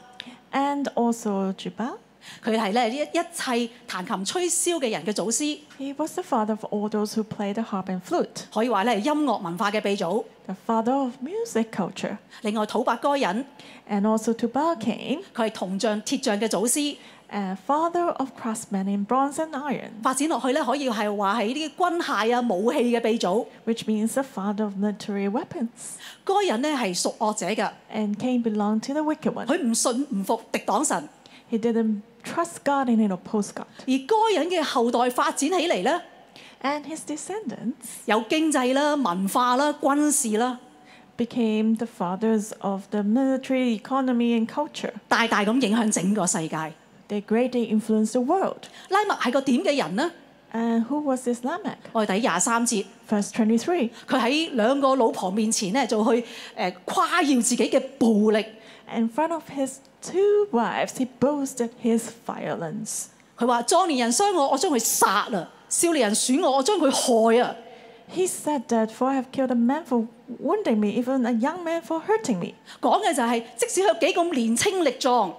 S1: And also Jubal.
S2: 佢係咧一一切彈琴吹簫嘅人嘅祖師，
S1: He was the father of all those who play the harp and flute,
S2: 可以話咧係音樂文化嘅鼻祖。
S1: the father of music culture.
S2: 另外土伯該隱，
S1: And also Tubal Cain,
S2: 佢係銅像鐵像嘅祖師。
S1: uh, father of craftsmen in bronze and iron,
S2: 發展落去咧，可以係話係呢啲軍械啊、武器嘅鼻祖。
S1: which means the father of military weapons.
S2: 該隱咧係屬惡者嘅，
S1: And Cain belonged to the wicked one.
S2: 佢唔信唔服敵擋神。
S1: He didn't trust God and he opposed God.
S2: 而該隱嘅後代發展起嚟咧，
S1: And his descendants
S2: 有經濟啦、文化啦、軍事啦，
S1: became the fathers of the military economy and culture.
S2: 大大咁影響整個世界。
S1: They greatly influenced the world.
S2: 拉麥係個點嘅人呢？
S1: And who was this Lamech?
S2: 我哋睇廿三節。
S1: Verse 23.
S2: 佢喺兩個老婆面前咧，就去誒、呃、誇耀自己嘅暴力。
S1: In front of his two wives, he boasted his violence.
S2: 佢話：壯年人傷我，我將佢殺啦；少年人損我，我將佢害啊！
S1: He said that, For I have killed a man for wounding me, even a young man for hurting me.
S2: 講嘅就係、即使佢有幾咁年青力壯，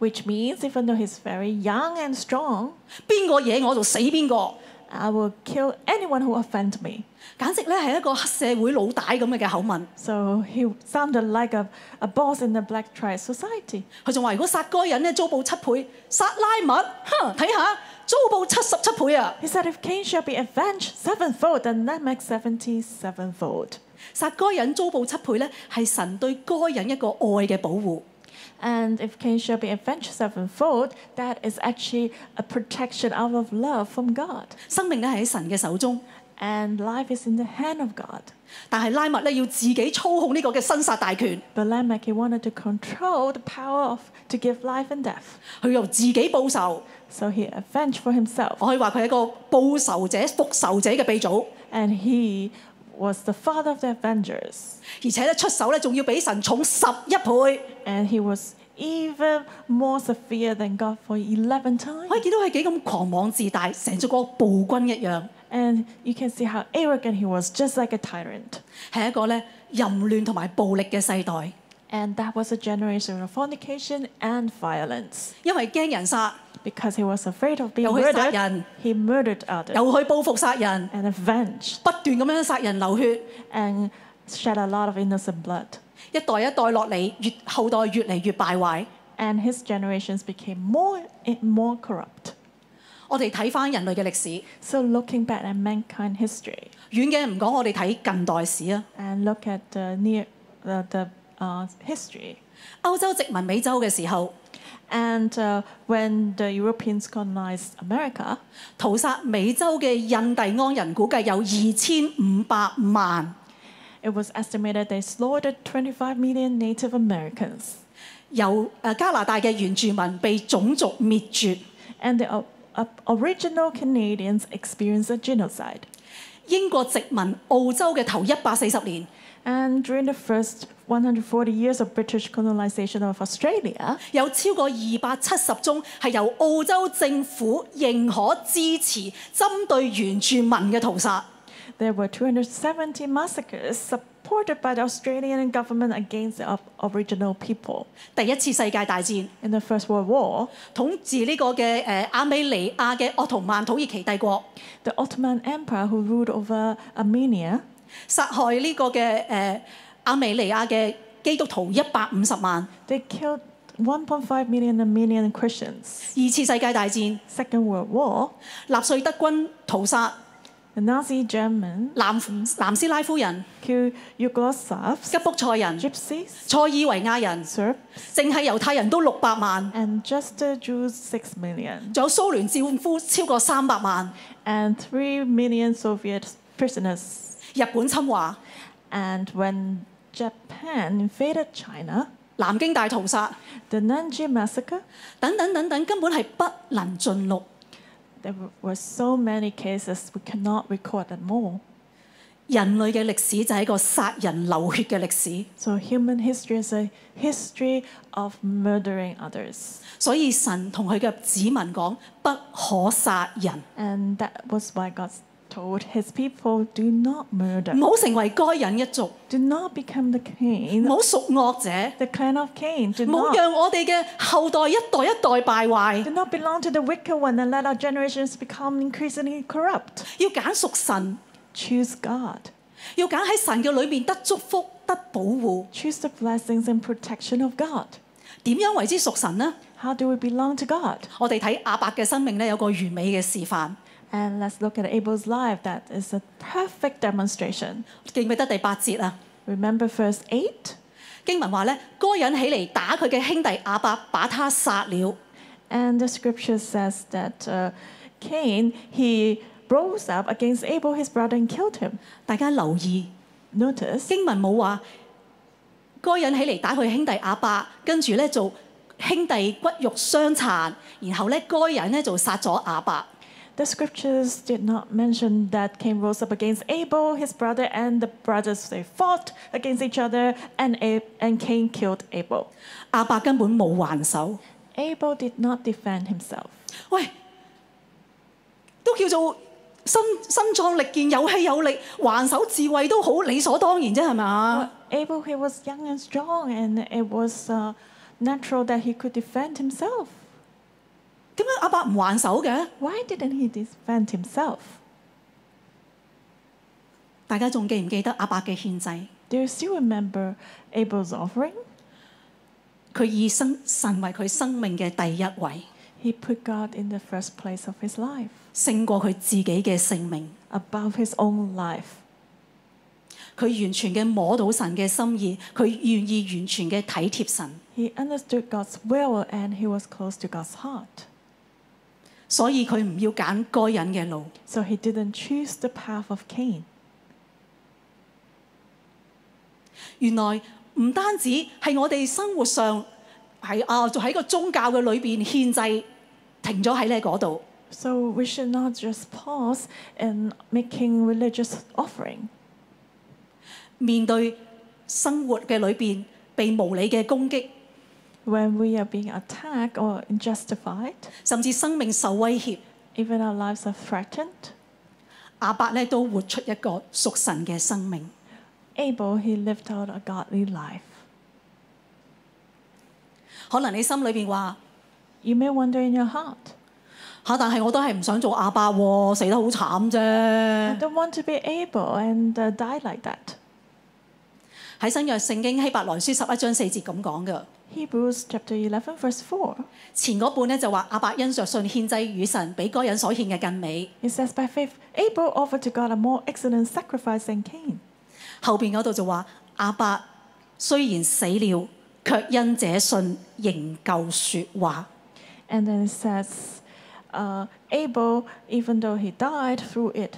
S1: Which means, even though he's very young and strong,
S2: 邊個惹我就死邊個，
S1: I will kill anyone who offends me.
S2: 簡直咧係一個黑社會老大咁嘅嘅口吻。
S1: So he sounded like a, a boss in the black triad society.
S2: 佢仲話：如果殺該人咧，遭報七倍；殺拉物，哼，睇下遭報七十七倍啊！
S1: He said, If Cain shall be avenged sevenfold, then Lamech seventy sevenfold.
S2: 殺該人遭報七倍咧，係神對該人一個愛嘅保護。
S1: And if Cain shall be avenged sevenfold, that is actually a protection out of love from God.
S2: 生命咧係喺神嘅手中。
S1: and life is in the hand of God.
S2: 但係拉麥咧要自己操控呢個嘅生殺大權，
S1: But Lamech he wanted to control the power of to give life and death.
S2: 佢又自己報仇。
S1: So he avenged for himself,
S2: 我可以話佢係一個報仇者、復仇者嘅鼻祖，
S1: and he was the father of the Avengers.
S2: 而且咧出手咧仲要比神重十一倍。
S1: And he was even more severe than God for 11
S2: 可以
S1: times.
S2: 見到佢幾咁狂妄自大，成咗個暴君一樣，
S1: And you can see how arrogant he was, just like a tyrant.
S2: 係一個咧淫亂同埋暴力嘅世代。
S1: And that was a generation of fornication and violence.
S2: 因為驚人殺，
S1: Because he was afraid of being
S2: 又去殺人。
S1: murdered, he murdered others
S2: 又去報復殺人，
S1: and avenged
S2: 不斷咁樣殺人流血，
S1: and shed a lot of innocent blood.
S2: 一代一代落嚟，越後代越嚟越敗壞。
S1: And his generations became more and more corrupt.
S2: 我哋睇翻人類嘅歷史，
S1: So looking back at mankind history
S2: 遠嘅唔講，我哋睇近代史啊。
S1: and look at the near the, the uh, history,
S2: 歐洲殖民美洲嘅時候，
S1: and uh, when the Europeans colonized America,
S2: 屠殺美洲嘅印第安人估計有二千五百萬，
S1: it was estimated they slaughtered 25 million Native Americans,
S2: 由誒加拿大嘅原住民被種族滅絕。
S1: and the o- o- original Canadians experienced a genocide.
S2: 英國殖民澳洲嘅頭一百四十年，
S1: And during the first 140 years of British colonization of Australia,
S2: 有超過二百七十宗係由澳洲政府認可支持針對原住民嘅屠殺。
S1: there were 270 massacres supported by the Australian government against the o- original people.
S2: 第一次世界大戰
S1: In the First World War,
S2: 統治呢個嘅誒亞美尼亞嘅鄂圖曼土耳其帝國，
S1: the Ottoman Empire, who ruled over Armenia,
S2: 殺害呢個嘅誒亞美尼亞嘅基督徒一百五十萬。
S1: they killed 1.5 million Armenian Christians.
S2: 二次世界大戰，
S1: Second World War,
S2: 納粹德軍屠殺
S1: the Nazi Germans
S2: 南南斯拉夫人、
S1: killed Yugoslavs,
S2: 吉卜賽人、
S1: Gypsies,
S2: 塞爾維亞人，
S1: Serbs,
S2: 淨係猶太人都六百萬。
S1: and just the Jews, 6 million,
S2: 仲有蘇聯戰俘超過三百萬，
S1: and 3 million Soviet prisoners.
S2: 日本侵華，
S1: And when Japan invaded China,
S2: 南京大屠殺
S1: the Nanjing massacre,
S2: 等等等等，根本係不能盡錄。
S1: there were- were so many cases we cannot record them all.
S2: 人類嘅歷史就係一個殺人流血嘅歷史，
S1: So human history is a history of murdering others.
S2: 所以神同佢嘅子民講不可殺人，
S1: And that was why God told his people do not murder.
S2: 唔好成為該人一族，
S1: Do not become the
S2: 唔
S1: Cain,
S2: 好屬惡者，
S1: the clan of Cain. Do
S2: 唔好
S1: not,
S2: 讓我哋嘅後代一代一代敗壞
S1: do，not belong to the wicked one and let our generations become increasingly corrupt.
S2: 要揀屬神，
S1: Choose God.
S2: 要揀喺神嘅裏面得祝福、得保護。
S1: Choose the blessings and protection of God.
S2: 點樣為之屬神呢？
S1: How do we belong to God?
S2: 我哋睇亞伯嘅生命咧，有個完美嘅示範。
S1: And let's look at Abel's life. That is a perfect demonstration.
S2: 記唔記得第八節啊？
S1: Remember verse 8?
S2: 經文話咧，該隱起嚟打佢嘅兄弟亞伯，把他殺了。
S1: And the scripture says that uh, Cain, he rose up against Abel, his brother, and killed him.
S2: 大家留意，
S1: Notice,
S2: 經文冇話該隱起嚟打佢兄弟亞伯，跟住咧做兄弟骨肉相殘，然後咧該隱咧就殺咗亞伯。
S1: the scriptures did not mention that Cain rose up against Abel, his brother, and the brothers, they fought against each other, and, Ab- and Cain killed Abel.
S2: 亞伯根本冇還手。
S1: Abel did not defend himself.
S2: 喂，都叫做身身壯力健，有氣有力，還手智慧都好理所當然啫，係咪啊？
S1: Uh, Abel, he was young and strong, and it was uh, natural that he could defend himself.
S2: 點解亞伯唔還手嘅？
S1: Why didn't he defend himself?
S2: 大家仲記唔記得亞伯嘅獻祭？
S1: Do you still remember Abel's offering?
S2: 佢以生神為佢生命嘅第一位，
S1: He put God in the first place of his life,
S2: 勝過佢自己嘅性命。
S1: above his own life.
S2: 佢完全嘅摸到神嘅心意，佢願意完全嘅體貼神。
S1: He understood God's will and he was close to God's heart.
S2: 所以佢唔要揀該隱嘅路。
S1: So he didn't choose the path of Cain.
S2: 原來唔單止係我哋生活上係啊，就喺個宗教嘅裏邊獻祭停咗喺呢嗰度，
S1: So we should not just pause in making religious offering.
S2: 面對生活嘅裏邊被無理嘅攻擊，
S1: When we are being attacked or unjustified,
S2: 甚至生命受威脅，
S1: even our lives are threatened,
S2: 阿伯咧都活出一個屬神嘅生命。
S1: Abel, he lived out a godly life.
S2: 可能你心裏邊話
S1: You may wonder in your heart,
S2: 嚇，但係我都係唔想做阿伯喎，死得好慘
S1: I
S2: 啫。
S1: don't want to be Abel and uh, die like that.
S2: 喺新約聖經希伯來書十一章四節咁講嘅。
S1: Hebrews chapter 11, verse 4.
S2: 前嗰半咧就話阿伯因着信獻祭與神，比該人所獻嘅更美。
S1: It says, By faith, Abel offered to God a more excellent sacrifice than Cain.
S2: 後邊嗰度就話阿伯雖然死了，卻因這信仍舊説話。
S1: And then it says, uh, Abel, even though he died through it,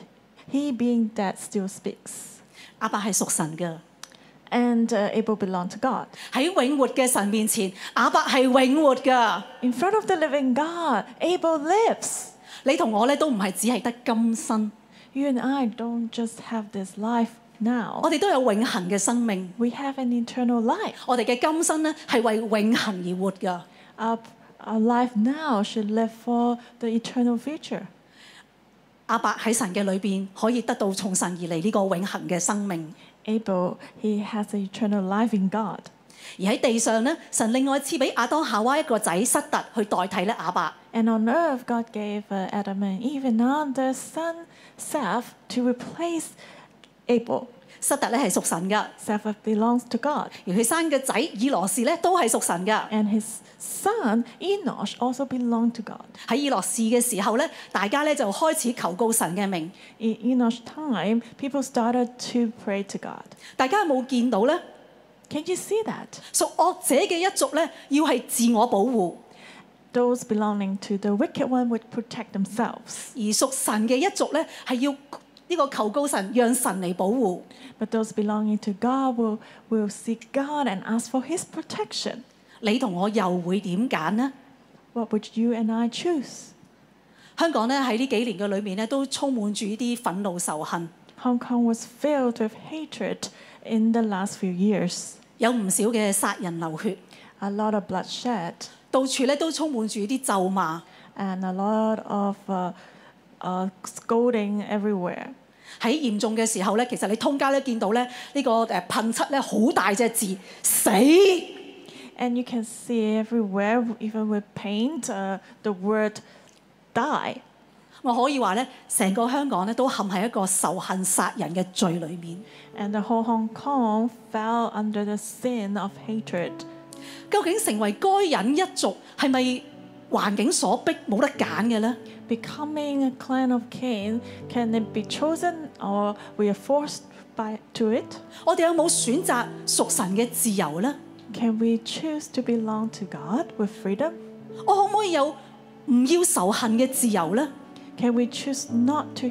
S1: he being dead still speaks.
S2: 阿伯係屬神嘅，
S1: And uh, Abel belonged to God.
S2: 喺永活嘅神面前，阿伯係永活嘅。
S1: In front of the living God, Abel lives.
S2: 你同我咧都唔係只係得今生，
S1: You and I don't just have this life
S2: 我
S1: now,
S2: 哋都有永恆嘅生命。
S1: we have an eternal life.
S2: 我哋嘅今生咧係為永恆而活嘅。
S1: Our, our life now should live for the eternal future.
S2: 阿伯喺神嘅裏邊可以得到從神而嚟呢個永恆嘅生命。
S1: Abel, he has an eternal life in God.
S2: 而喺地上咧，神另外賜俾亞當夏娃一個仔塞特去代替咧亞伯。
S1: And on earth, God gave uh, Adam and Eve and their son Seth to replace Abel.
S2: 塞特咧係屬神噶，
S1: Seth belongs to God.
S2: 而佢生嘅仔以羅士咧都係屬神噶。
S1: And his son Enosh also belonged to God.
S2: 喺以羅士嘅時候咧，大家咧就開始求告神嘅名。
S1: In Enosh's time, people started to pray to God.
S2: 大家有冇見到咧？
S1: Can you see that?
S2: 屬惡者嘅一族咧，要係自我保護；
S1: Those belonging to the wicked one would protect themselves,
S2: 而屬神嘅一族咧，係要呢個求告神，讓神嚟保護。
S1: but those belonging to God will, will seek God and ask for his protection.
S2: 你同我又會點揀呢？
S1: What would you and I choose?
S2: 香港咧喺呢幾年嘅裏面咧，都充滿住呢啲憤怒仇恨，
S1: Hong Kong was filled with hatred in the last few years.
S2: 有唔少嘅殺人流血，
S1: A lot of bloodshed
S2: 到處咧都充滿住啲咒罵。
S1: and a lot of uh, uh, scolding everywhere.
S2: 喺嚴重嘅時候咧，其實你通街都見到咧呢個誒噴漆咧好大隻字死，
S1: And you can see everywhere, even with paint, uh, the word die.
S2: 我可以話咧，成個香港咧都陷喺一個仇恨殺人嘅罪裏面。
S1: And the whole Hong Kong fell under the sin of hatred.
S2: 究竟成為該隱一族係咪環境所逼冇得揀嘅咧？
S1: Becoming a clan of Cain, can it be chosen or we are forced by, to it?
S2: 我哋有冇選擇屬神嘅自由咧？
S1: Can we choose to belong to God with freedom?
S2: 我可唔可以有唔要仇恨嘅自由咧？
S1: Can we choose not to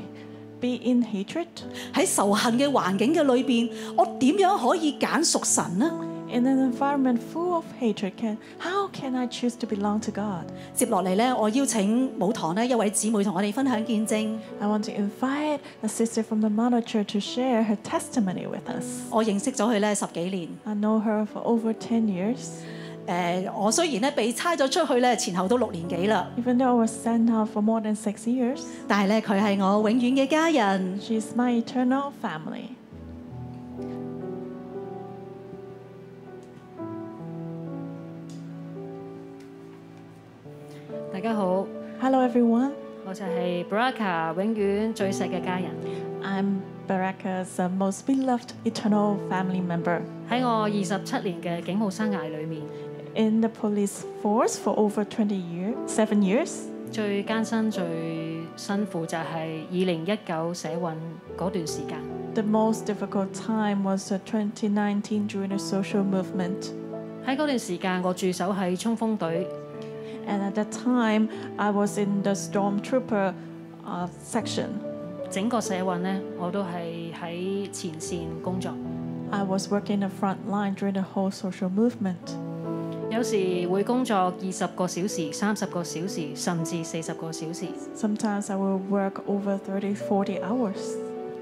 S1: be in hatred?
S2: 喺仇恨嘅環境嘅裏邊，我點樣可以揀屬神呢？
S1: In an environment full of hatred, can how can I choose to belong to God?
S2: 接落嚟呢，我邀請舞堂呢一位姊妹同我哋分享見證。
S1: I want to invite a sister from the Mother Church to share her testimony with us.
S2: 我認識咗佢呢十幾年，誒、
S1: I know her for over 10 years.
S2: 我雖然呢被差咗出去呢，前後都六年幾啦，
S1: Even though I was sent out for more than six years,
S2: 但係呢，佢係我永遠嘅家人。
S1: she's my eternal family.
S4: 大家好，
S1: Hello, everyone.
S4: 我就係 Braca 永遠最錫嘅家人。
S1: I'm Baraka's uh, most beloved eternal family member.
S4: 喺我二十七年嘅警務生涯裏面，
S1: In the police force for over 20 years, seven years.
S4: 最艱辛、最辛苦就係二零一九社運嗰段時間。
S1: The most difficult time was uh, 2019 during the social movement.
S4: 喺嗰段時間，我駐守喺衝鋒隊，
S1: And at that time, I was in the stormtrooper uh, section.
S4: 整個社運呢，我都係喺前線工作，
S1: I was working the front line during the whole social movement.
S4: 有時會工作二十個小時、三十個小時，甚至四十個小時，
S1: Sometimes I will work over 30, 40 hours.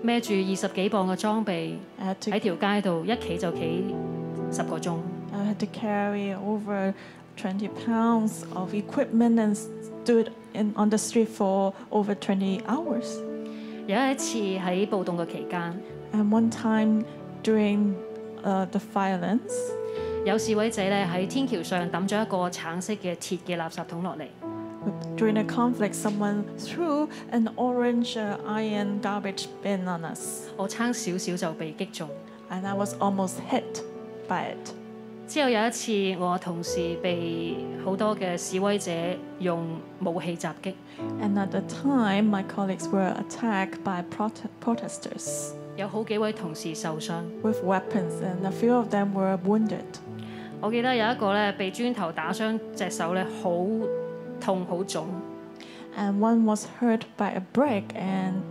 S4: 孭住二十幾磅嘅裝備
S1: I had to,
S4: 喺條街度一企就企十個鐘。
S1: I had to carry over 20 pounds of equipment and stood in, on the street for over 20 hours.
S4: 有一次喺暴動嘅期間，
S1: And one time during uh, the violence,
S4: 有示威者咧喺天橋上抌咗一個橙色嘅鐵嘅垃圾桶落嚟，
S1: during a conflict, someone threw an orange uh, iron garbage bin on us,
S4: 我差少少就被擊中。
S1: and I was almost hit by it.
S4: 之後有一次，我同事被好多嘅示威者用武器襲擊，
S1: And at the time, my colleagues were attacked by prot- protesters
S4: 有好幾位同事受傷。
S1: with weapons, and a few of them were wounded.
S4: 我記得有一個咧被磚頭打傷隻手咧，好痛好腫。
S1: And one was hurt by a brick, and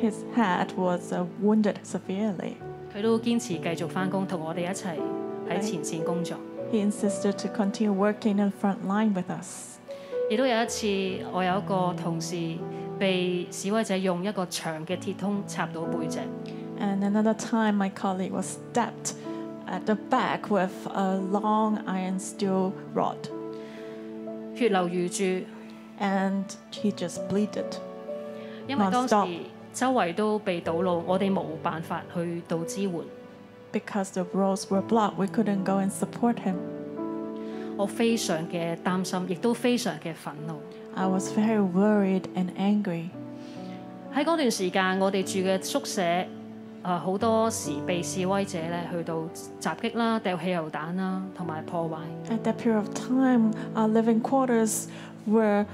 S1: his head was uh, wounded severely.
S4: 佢都堅持繼續翻工，同我哋一齊喺前線工作。
S1: He insisted to continue working in the front line with us.
S4: 亦都有一次，我有一個同事被示威者用一個長嘅鐵通插到背脊，
S1: And another time, my colleague was stabbed at the back with a long iron steel rod,
S4: 血流如注。
S1: and he just bleeded.
S4: 因為當
S1: Non-stop
S4: 時周圍都被堵路，我哋冇辦法去到支援。
S1: Because the roads were blocked, we couldn't go and support him.
S4: 我非常嘅擔心，亦都非常嘅憤怒。
S1: I was very worried and angry.
S4: 喺嗰段時間，我哋住嘅宿舍，誒、好多時被示威者咧去到襲擊啦、掉汽油彈啦，同埋破壞。
S1: At that period of time, our living quarters were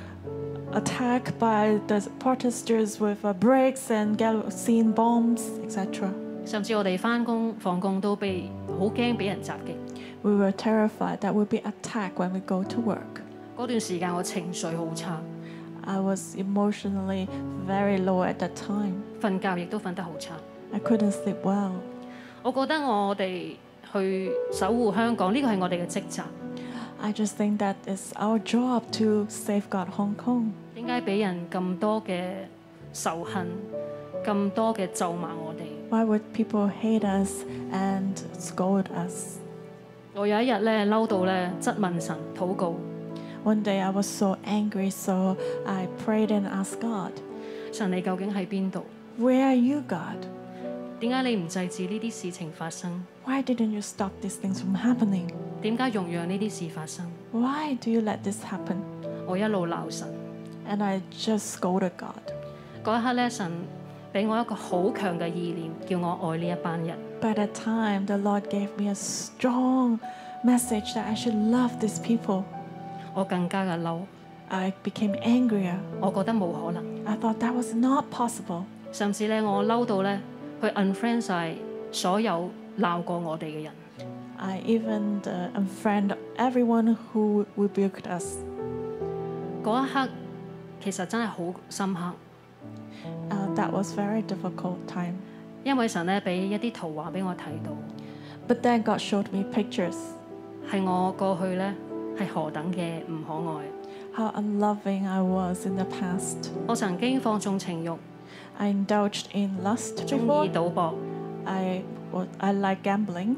S1: attacked by the protesters with uh, bricks and gasoline bombs, etc.
S4: 甚至我哋翻工放工都被好驚俾人襲擊。
S1: We were terrified that we'd be attacked when we go to work.
S4: 嗰段時間我情緒好差，
S1: I was emotionally very low at that time.
S4: 瞓覺亦都瞓得好差。
S1: I couldn't sleep well.
S4: 我覺得我哋去守護香港，呢個係我哋嘅職責。
S1: I just think that it's our job to safeguard Hong Kong.
S4: 點解俾人咁多嘅仇恨、咁多嘅咒罵我哋？
S1: Why would people hate us and scold us?
S4: 我有一日咧嬲到咧質問神禱告，
S1: One day I was so angry, so I prayed and asked God,
S4: 神你究竟喺邊度？
S1: Where are you, God?
S4: 點解你唔制止呢啲事情發生？
S1: Why didn't you stop these things from happening?
S4: 點解容讓呢啲事發生？
S1: Why do you let this happen?
S4: 我一路鬧神，
S1: And I just scolded God.
S4: 嗰一刻咧神俾我一個好強嘅意念，叫我愛呢一班人。
S1: By that time, the Lord gave me a strong message that I should love these people.
S4: 我更加嘅嬲，
S1: I became angrier.
S4: 我覺得冇可能，
S1: I thought that was not possible.
S4: 甚至咧我嬲到咧去 unfriend 晒所有鬧過我哋嘅人。
S1: I even uh, unfriend everyone who rebuked us.
S4: 嗰一刻其實真係好深刻，
S1: Uh, that was very difficult time.
S4: 因為神咧俾一啲圖畫俾我睇到，
S1: But then God showed me pictures
S4: 係我過去咧係何等嘅唔可愛。
S1: how unloving I was in the past.
S4: 我曾經放縱情慾，
S1: I indulged in lust
S4: 中意
S1: before.
S4: 賭博，
S1: I wa- I like gambling,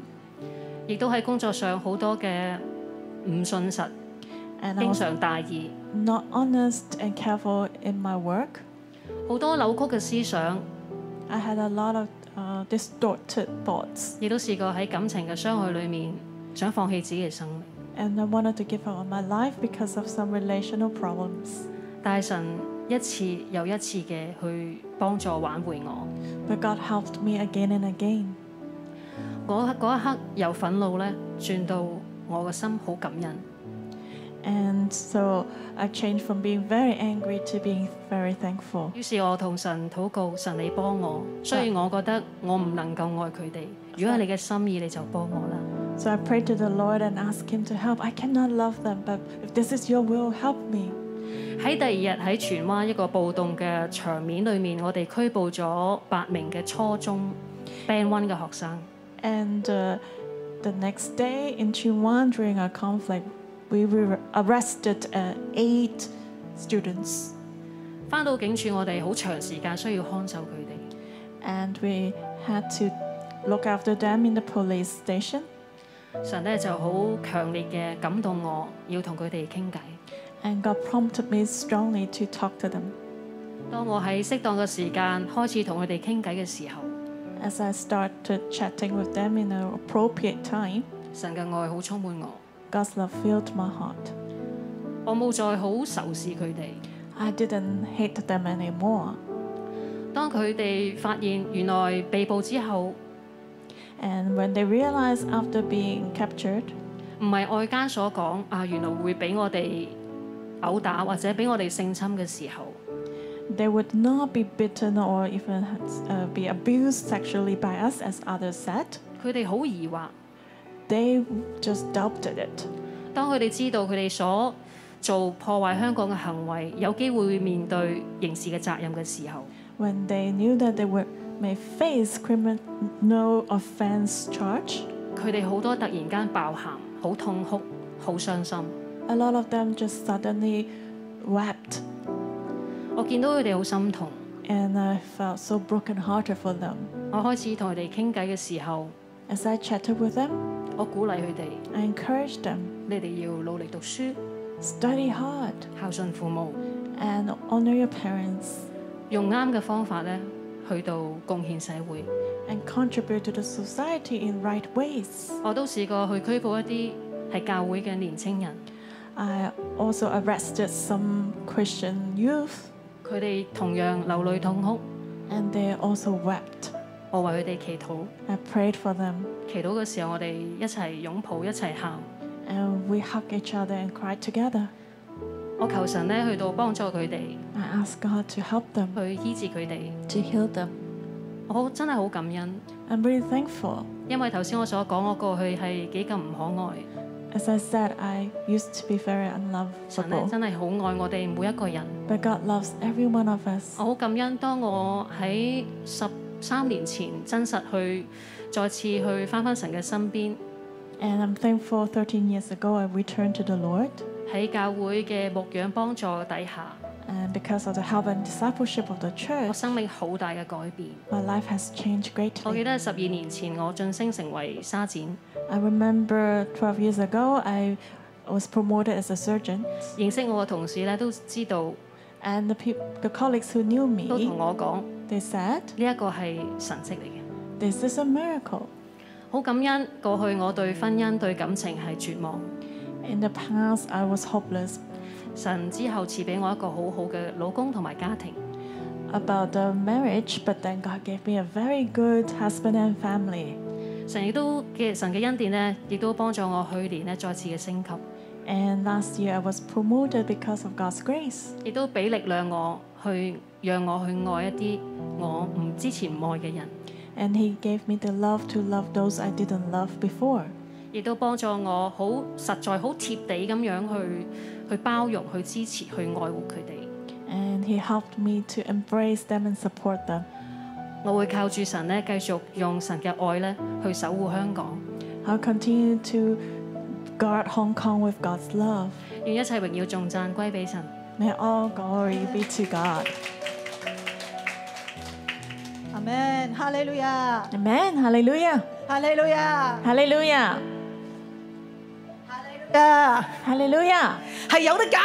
S4: 亦都喺工作上好多嘅唔信實，
S1: and I
S4: 經
S1: was
S4: 常大意，
S1: not honest and careful in my work.
S4: 好多扭曲嘅思想，
S1: I had a lot of uh, distorted thoughts,
S4: 亦都試過喺感情嘅傷害裡面想放棄自己嘅生命。
S1: and I wanted to give up on my life because of some relational problems.
S4: 大神一次又一次嘅去幫助挽回我。
S1: But God helped me again and again.
S4: 嗰嗰一刻由憤怒咧轉到我嘅心好感恩，
S1: And so I changed from being very angry to being very thankful.
S4: 於是我同神禱告：神你幫我。雖然我覺得我唔能夠愛佢哋，如果係你嘅心意，你就幫我啦。
S1: So I prayed to the Lord and asked Him to help. I cannot love them, but if this is your will, help me.
S4: 喺第二日喺荃灣一個暴動嘅場面裏面，我哋拘捕咗八名嘅初中 Band One 嘅學生。
S1: And uh, the next day in Chingwan during a conflict, we were arrested uh, eight students
S4: 翻到警署，我哋好長時間需要看守佢哋。
S1: and we had to look after them in the police station.
S4: 神咧就好強烈嘅感動我，要同佢哋傾偈。
S1: And God prompted me strongly to talk to them.
S4: 當我喺適當嘅時間開始同佢哋傾偈嘅時候，
S1: As I started chatting with them in an appropriate time,
S4: 神嘅愛好充滿我。
S1: God's love filled my heart.
S4: 我冇再好仇視佢哋。
S1: I didn't hate them anymore.
S4: 當佢哋發現原來被捕之後，
S1: And when they realized after being captured,
S4: 唔係外間所講啊，原來會俾我哋毆打或者俾我哋性侵嘅時候，
S1: they would not be beaten or even uh, be abused sexually by us, as others said.
S4: 佢哋好疑惑。
S1: They just doubted it.
S4: 當佢哋知道佢哋所做破壞香港嘅行為，有機會面對刑事嘅責任嘅時候，
S1: When they knew that they were, may face criminal offense charge,
S4: 佢哋好多突然間爆喊，好痛哭，好傷心。
S1: a lot of them just suddenly wept,
S4: 我見到佢哋好心痛，
S1: and I felt so brokenhearted for them.
S4: 我開始同佢哋傾偈嘅時候，
S1: As I chatted with them,
S4: 我鼓勵佢哋：
S1: I encouraged them
S4: 你哋要努力讀書，
S1: study hard
S4: 孝順父母，
S1: and honor your parents
S4: 用啱嘅方法咧，去到貢獻社會。
S1: and contribute to the society in right ways.
S4: 我都試過去拘捕一啲係教會嘅年青人，
S1: I also arrested some Christian youth
S4: 佢哋同樣流淚痛哭，
S1: and they also wept.
S4: 我為佢哋祈禱。
S1: I prayed for them
S4: 祈禱嘅時候，我哋一齊擁抱，一齊喊。
S1: and we hugged each other and cried together.
S4: 我求神咧去到幫助佢哋，
S1: I asked God to help them,
S4: 去醫治佢哋。
S1: to heal them.
S4: 我真係好感恩，
S1: I'm really thankful.
S4: 因為頭先我所講我過去係幾咁唔可愛，
S1: As I said, I used to be very
S4: 神咧
S1: unlovable,
S4: 真係好愛我哋每一個人。
S1: but God loves every one of us.
S4: 我好感恩，當我喺十三年前真實去再次去翻返神嘅身邊，
S1: And I'm thankful 13 years ago I returned to the Lord.
S4: 喺教會嘅牧養幫助底下，
S1: And because of the help and discipleship of the
S4: 我
S1: church,
S4: 生命好大嘅改變。
S1: my life has changed
S4: 我記
S1: greatly.
S4: 得十二年前我晉升成為沙展，
S1: I remember 12 years ago, I was promoted as a surgeon,
S4: 認識我嘅同事咧都知道，
S1: and the, peop- the colleagues who knew
S4: 都同
S1: me,
S4: 我講。
S1: they said,
S4: 呢一個係神跡嚟嘅。
S1: "This is a miracle."
S4: 好感恩，過去我對婚姻、對感情係絕望，
S1: In the past, I was hopeless
S4: 神之後賜俾我一個好好嘅老公同埋家庭。
S1: about the marriage, but then God gave me a very good husband and family,
S4: 神亦都嘅神嘅恩典呢，亦都幫助我去年呢再次嘅升級，
S1: and last year I was promoted because of God's grace,
S4: 亦都俾力量我去讓我去愛一啲我唔之前唔愛嘅人，
S1: and He gave me the love to love those I didn't love before,
S4: 亦都幫助我好實在、好貼地咁樣去去包容、去支持、去愛護佢哋。
S1: and He helped me to embrace them and support them.
S4: 我會靠住神呢，繼續用神嘅愛呢去守護香港，
S1: I'll continue to guard Hong Kong with God's love.
S4: 願一切榮耀頌讚歸俾神。
S1: May all glory be to God.
S2: Amen，哈利路亞，
S1: Amen. Hallelujah.
S2: 哈利路亞，
S1: Hallelujah.
S2: 啊，
S1: Hallelujah.
S2: 係有得揀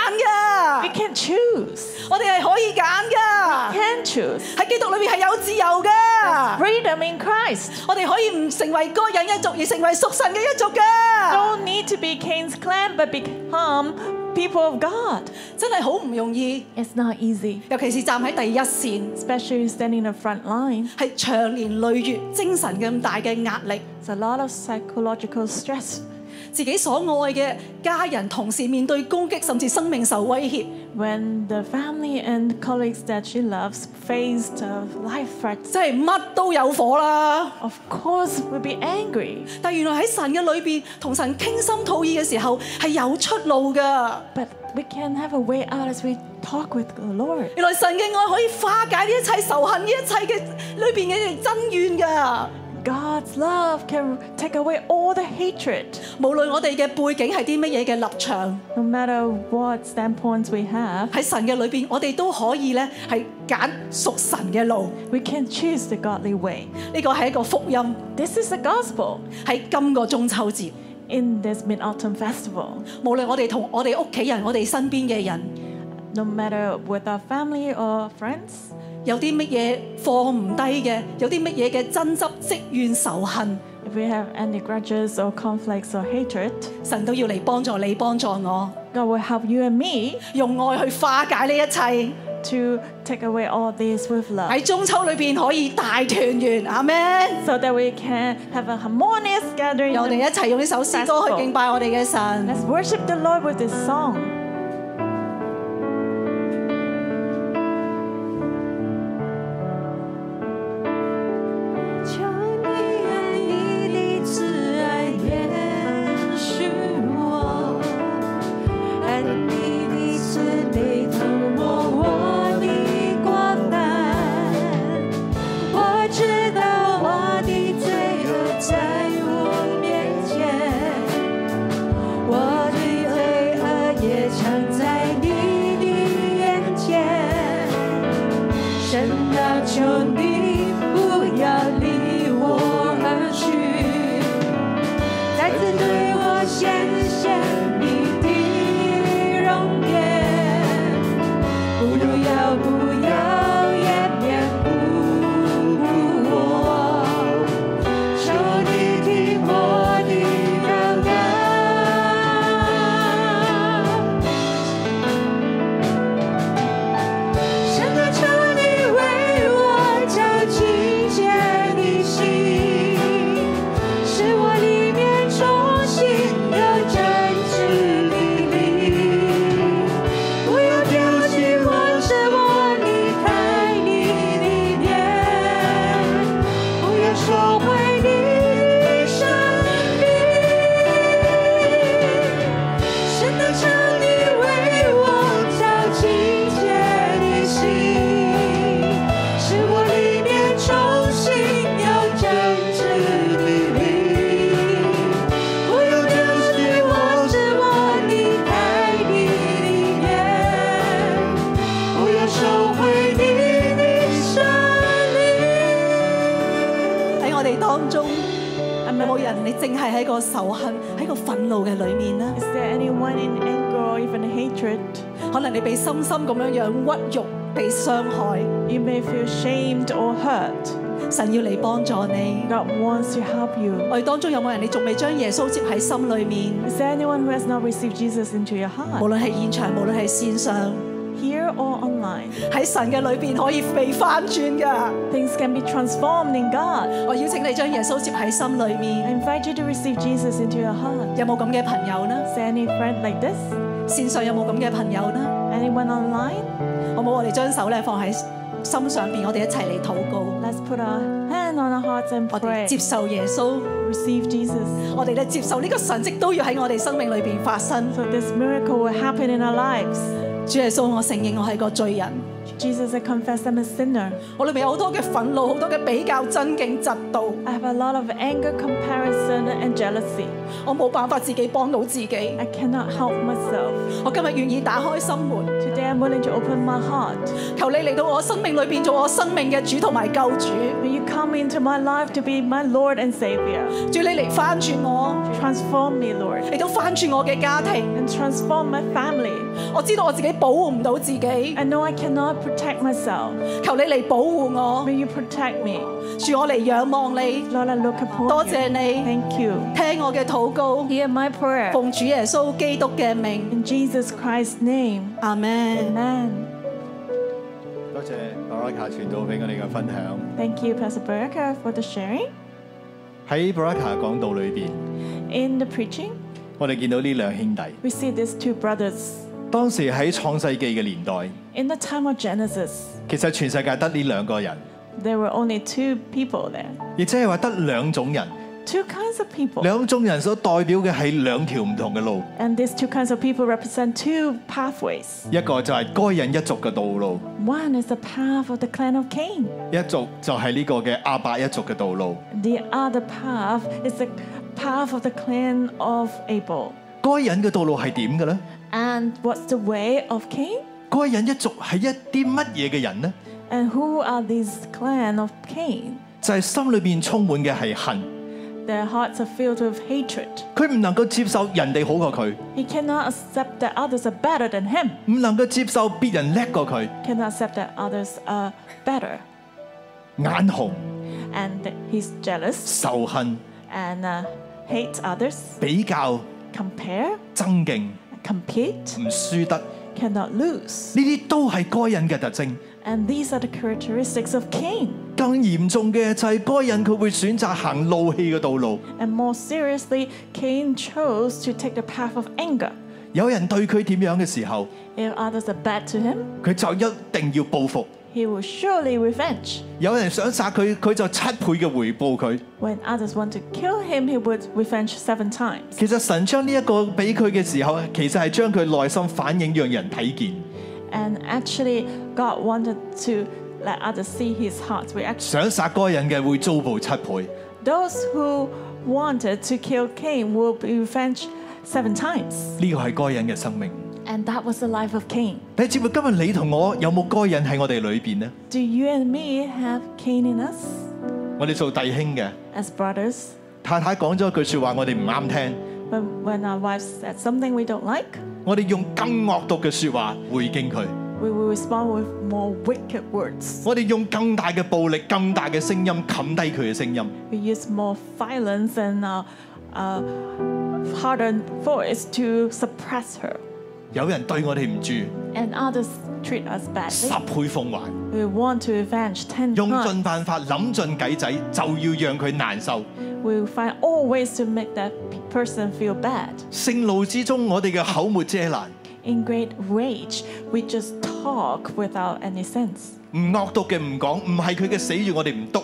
S1: We
S2: 㗎，
S1: can choose.
S2: 我哋係可以揀㗎，
S1: Can choose.
S2: 喺基督裏面係有自由㗎。
S1: Freedom in Christ.
S2: 我哋可以唔成為個人一族，而成為屬神嘅一族㗎，
S1: Don't need to be Cain's clan, but become people of God.
S2: 真係好唔容易。
S1: It's not easy,
S2: 尤其是站喺第一線，
S1: especially standing in the front line.
S2: 係長年累月精神咁大嘅壓力，
S1: It's a lot of psychological stress.
S2: 自己所愛嘅家人同時面對攻擊，甚至生命受威脅，
S1: when the family and colleagues that she loves faced uh, life threats,
S2: 真係乜都有火啦。
S1: of course would be angry.
S2: 但原來喺神嘅裏邊，同神傾心吐意嘅時候係有出路㗎。
S1: But we can have a way out as we talk with the Lord.
S2: 原來神嘅愛可以化解呢一切仇恨，呢一切嘅裏邊嘅爭怨㗎。
S1: God's love can take away all the hatred,
S2: 無論我哋嘅背景係啲乜嘢嘅立場，
S1: no matter what standpoints we have.
S2: 喺神嘅裏邊，我哋都可以咧係揀屬神嘅路。
S1: We can choose the godly way.
S2: 呢個係一個福音，
S1: This is the gospel
S2: 喺今個中秋節，
S1: in this Mid Autumn Festival.
S2: 無論我哋同我哋屋企人、我哋身邊嘅人，
S1: No matter with our family or friends,
S2: 有啲乜嘢放唔低嘅，有啲乜嘢嘅爭執、積怨、仇恨，
S1: if we have any grudges or conflicts or hatred,
S2: 神都要嚟幫助你、幫助我，
S1: God will help you and me
S2: 用愛去化解呢一切。
S1: to take away all this with love
S2: 喺中秋裏邊可以大團圓，阿 Man！
S1: so that we can have a harmonious gathering.
S2: 我哋一齊用呢首詩歌去敬拜我哋嘅神。
S1: Let's worship the Lord with this song.
S2: Trong chúng ta, có ai đang ở trong sự Oh, giận, trong sự phẫn nộ không?
S1: Is there anyone in anger or even hatred?
S2: Có thể bạn bị sâu sắc, bị khuất nhục, bị tổn hại.
S1: You may feel shamed or hurt.
S2: Chúa muốn giúp bạn.
S1: God wants to help you.
S2: Trong chúng ta, có ai chưa đem Chúa Giêsu vào trong lòng mình?
S1: Is there anyone who has not received Jesus into your heart,
S2: Dù là hiện trường, dù là trên mạng,
S1: here or online?
S2: trong Chúa có thể bị phản chuyển.
S1: Things can be transformed in God.
S2: Tôi mời bạn đem Chúa Giêsu vào trong lòng mình.
S1: I invite you to receive Jesus into your heart.
S2: Có không có bạn bè như vậy?
S1: Is there any friend like this?
S2: Trên mạng có không có bạn bè như vậy?
S1: Anyone online?
S2: Tôi muốn chúng ta đặt tay lên trái tim, chúng ta cùng cầu nguyện.
S1: Let's put our hand on our hearts and
S2: 我哋
S1: pray.
S2: 接受耶穌，
S1: Receive Jesus.
S2: 我哋咧接受呢個神蹟都要喺我哋生命裏邊發生。
S1: So this miracle will happen in our lives.
S2: 主耶穌，我承認我係個罪人，
S1: Jesus, I confess I'm a sinner.
S2: 我裏面有好多嘅憤怒，好多嘅比較、爭競、嫉妒，
S1: I have a lot of anger, comparison, and jealousy.
S2: 我冇辦法自己幫到自己。
S1: I cannot help myself.
S2: 我今日願意打開心門，
S1: Today I'm willing to open my heart.
S2: 求你嚟到我生命裏邊做我生命嘅主同埋救主。
S1: May you come into my life to be my Lord and Savior.
S2: 主你嚟翻轉我，
S1: Transform me, Lord,
S2: 嚟到翻轉我嘅家庭。
S1: and transform my family.
S2: 我知道我自己保護唔到自己，
S1: I know I cannot protect myself.
S2: 求你嚟保護我，
S1: May you protect me.
S2: 主我嚟仰望你，
S1: Lord, I look upon
S2: 多
S1: you.
S2: 謝你
S1: Thank you.
S2: 聽我嘅禱告，
S1: Hear my prayer.
S2: 奉主耶穌基督嘅名。
S1: In Jesus Christ's name.
S2: 阿門。
S1: Amen.
S5: 多謝 Baraka 傳道俾我哋嘅分享。
S1: Thank you, Pastor Berger, for the sharing
S5: 喺 Baraka 講道裏邊，
S1: in the preaching.
S5: 我哋見到呢兩兄弟，
S1: We see these two brothers.
S5: 當時喺創世記嘅年代，
S1: In the time of Genesis,
S5: 其實全世界得呢兩個人，
S1: there were only two people there,
S5: 亦即係話得兩種人，
S1: two kinds of people.
S5: 兩種人所代表嘅係兩條唔同嘅路，
S1: And these two kinds of people represent two pathways.
S5: 一個就係該隱一族嘅道路，
S1: One is the path of the clan of Cain,
S5: 一族就係呢個嘅亞伯一族嘅道路。
S1: the other path is the path of the clan of Abel.
S5: 該隱嘅道路係點嘅呢？
S1: And what's the way of Cain?
S5: 該隱一族係一啲乜嘢嘅人呢？
S1: And who are these clan of Cain?
S5: 就係心裏邊充滿嘅係恨，
S1: Their hearts are filled with hatred.
S5: 佢唔能夠接受人哋好過佢，
S1: He cannot accept that others are better than him.
S5: 唔能夠接受別人叻過佢，
S1: Cannot accept that others are better.
S5: 眼紅、
S1: And he's jealous
S5: 仇恨、
S1: and uh, hates others.
S5: 比較、
S1: Compare,
S5: 爭競、
S1: compete,
S5: 唔輸得，呢
S1: cannot lose.
S5: 啲都係該隱嘅特徵。
S1: And these are the characteristics of Cain.
S5: 更嚴重嘅就係該隱佢會選擇行怒氣嘅道路，
S1: And more seriously, Cain chose to take the path of anger.
S5: 有人對佢點樣嘅時候，
S1: If others are bad to him,
S5: 佢就一定要報復；
S1: he will surely revenge.
S5: 有人想殺佢，佢就七倍嘅回報佢。
S1: When others want to kill him, he would revenge seven times.
S5: 其實神將呢一個俾佢嘅時候，其實係將佢內心反映，讓人睇見，
S1: And actually, God wanted to let others see his heart reaction.
S5: 想殺該隱嘅會遭報七倍。
S1: Those who wanted to kill Cain will be revenged seven times.
S5: 呢個係該隱嘅生命。
S1: And that was the life of Cain.
S5: 你接妹，今日你同我有冇該隱喺我哋裏邊呢？
S1: Do you and me have Cain in us?
S5: 我哋做弟兄嘅，
S1: As brothers,
S5: 太太講咗一句説話，我哋唔啱聽，
S1: when, when our wives said something we don't like,
S5: 我哋用更惡毒嘅説話回敬佢，
S1: we will respond with more wicked words.
S5: 我哋用更大嘅暴力、更大嘅聲音冚低佢嘅聲音。
S1: We use more violence and uh, uh, hardened voice to suppress her.
S5: 有人對我哋唔住，
S1: And others treat us
S5: 十
S1: badly.
S5: 倍奉還，
S1: We want to revenge ten
S5: 用
S1: times.
S5: 盡辦法，諗盡計仔，就要讓佢難受。
S1: We will find all ways to make that p- person feel bad.
S5: 盛怒之中，我哋嘅口沒遮攔，
S1: In great rage, we just talk without any sense.
S5: 唔惡毒嘅唔講，唔係佢嘅死語，我哋唔督，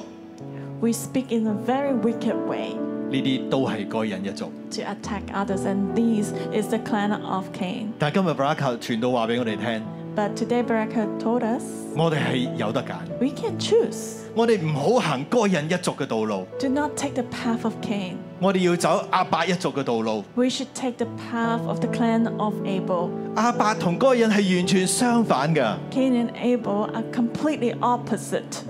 S1: We speak in a very wicked way
S5: 呢啲都係該隱一族。
S1: to attack others, and these is the clan of Cain.
S5: 但係今日 Baraka 傳道話俾我哋聽，
S1: But today, Baraka told us
S5: 我哋係有得揀，
S1: we can choose.
S5: 我哋唔好行該隱一族嘅道路，
S1: Do not take the path of Cain.
S5: 我哋要走阿伯一族嘅道路。
S1: We should take the path of the clan of Abel.
S5: 阿伯同該隱係完全相反嘅，
S1: Cain and Abel are completely opposite,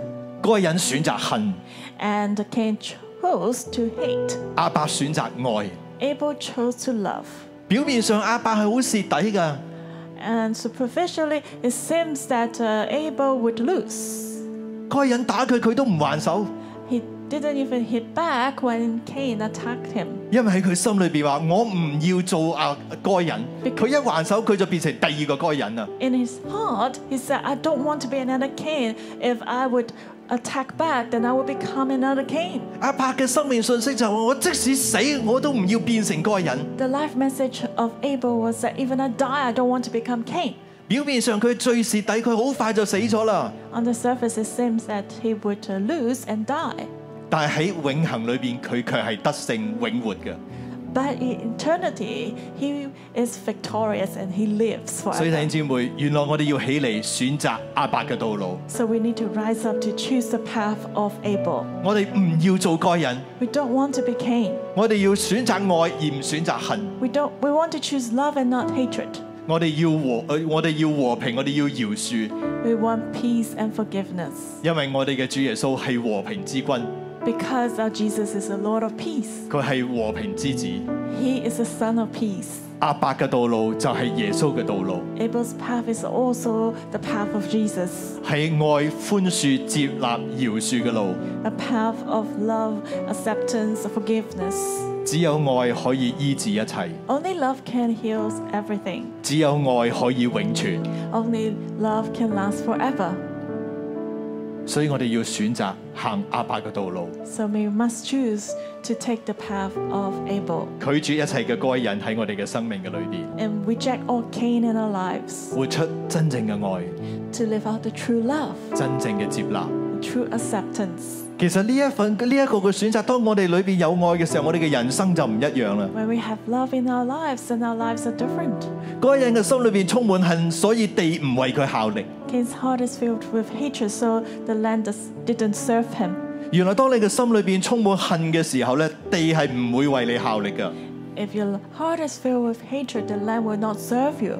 S5: 該隱選擇恨，
S1: and Cain chose to hate.
S5: 阿伯選擇愛。
S1: Abel chose to love.
S5: 表面上阿伯係好蝕底㗎，
S1: And superficially, it seems that uh, Abel would lose.
S5: 該隱打佢佢都唔還手，
S1: He didn't even hit back when Cain attacked him
S5: 因為喺佢心裏邊話我唔要做阿該隱，佢一還手佢就變成第二個該隱啦。
S1: in his heart. He said, I don't want to be another Cain. If I would attack back, then I would become another Cain.
S5: 阿伯嘅生命信息就係我即使死我都唔要變成該隱。
S1: The life message of Abel was that even I die, I don't want to become Cain.
S5: 表面上佢最蝕底，佢好快就死咗啦。
S1: On the surface, it seems that he would uh, lose and die.
S5: 但係喺永恆裏邊，佢卻係得勝永活嘅。
S1: But in eternity, he is victorious and he lives
S5: 所以弟兄
S1: forever.
S5: 姊妹，原來我哋要起嚟選擇阿伯嘅道路，
S1: So we need to rise up to choose the path of Abel.
S5: 我哋唔要做該人，
S1: We don't want to be Cain.
S5: 我哋要選擇愛而唔選擇恨，
S1: We don't. We want to choose love and not hatred.
S5: 我哋要和，呃我哋要和平，我哋要饒恕，
S1: We want peace and forgiveness
S5: 因為我哋嘅主耶穌係和平之君，
S1: because our Jesus is the Lord of peace.
S5: 佢係和平之子。
S1: He is the Son of peace.
S5: 阿伯嘅道路就係耶穌嘅道路，
S1: Abel's path is also the path of Jesus,
S5: 係愛、寬恕、接納、饒恕嘅路。
S1: a path of love, acceptance, forgiveness.
S5: 只有愛可以醫治一切。
S1: Only love can heal everything.
S5: 只有愛可以永存。
S1: Only love can last forever.
S5: 所以我哋要選擇行阿伯嘅道路，
S1: So we must choose to take the path of Abel
S5: 拒絕一切嘅該隱喺我哋嘅生命嘅裏邊，
S1: and reject all Cain in our lives
S5: 活出真正嘅愛、
S1: to live out the true love,
S5: 真正嘅接納。
S1: true acceptance.
S5: 其實呢一份呢一個嘅選擇，當我哋裏邊有愛嘅時候，我哋嘅人生就唔一樣啦。
S1: When we have love in our lives, then our lives are different.
S5: 該隱嘅心裏邊充滿恨，所以地唔為佢效力。
S1: Cain's heart is filled with hatred, so the land does, didn't serve him.
S5: 原來當你嘅心裏邊充滿恨嘅時候咧，地係唔會為你效力噶。
S1: If your heart is filled with hatred, the land will not serve you.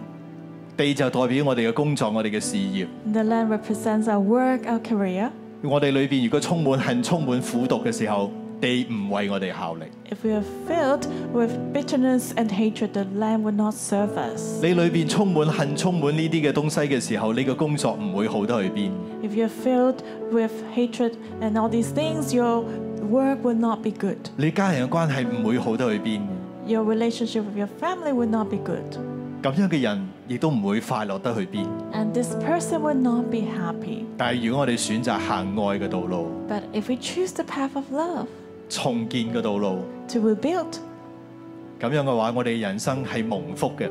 S5: 地就代表我哋嘅工作、我哋嘅事業。
S1: The land represents our work, our career.
S5: 我哋裏邊如果充滿恨、充滿苦毒嘅時候，地唔為我哋效力。
S1: If we are filled with bitterness and hatred, the land will not serve us.
S5: 你裏邊充滿恨、充滿呢啲嘅東西嘅時候，你嘅工作唔會好得去邊。
S1: If you're filled with hatred and all these things, your work will not be good.
S5: 你家人嘅關係唔會好得去邊。
S1: Your relationship with your family will not be good.
S5: 咁樣嘅人亦都唔會快樂得去邊。
S1: And this person will not be happy.
S5: 但係如果我哋選擇行愛嘅道路、
S1: But if we choose the path of love
S5: 重建嘅道路，
S1: to rebuild,
S5: 咁樣嘅話，我哋人生係蒙福嘅。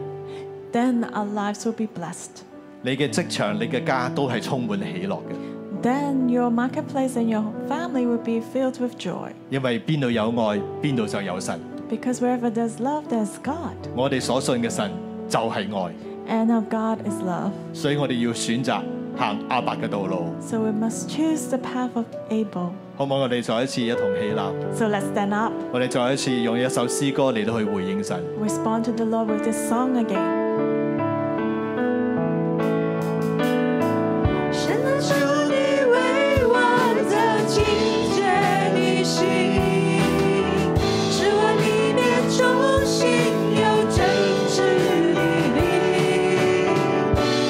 S1: then our lives will be blessed.
S5: 你嘅職場、你嘅家都係充滿喜樂嘅，
S1: Then your marketplace and your family will be filled with joy.
S5: 因為邊度有愛，邊度就有神。
S1: Because wherever there's love, there's God.
S5: 我哋所信嘅神就係愛，
S1: And our God is love.
S5: 所以我哋要選擇行阿伯嘅道路，
S1: So we must choose the path of Abel.
S5: 好唔好？我哋再一次一同起立，
S1: So let's stand up,
S5: 我哋再一次用一首詩歌嚟到去回應神。
S1: respond to the Lord with this song again.
S6: 神啊，求你为我的清洁的心，使我里面重新有真挚的灵。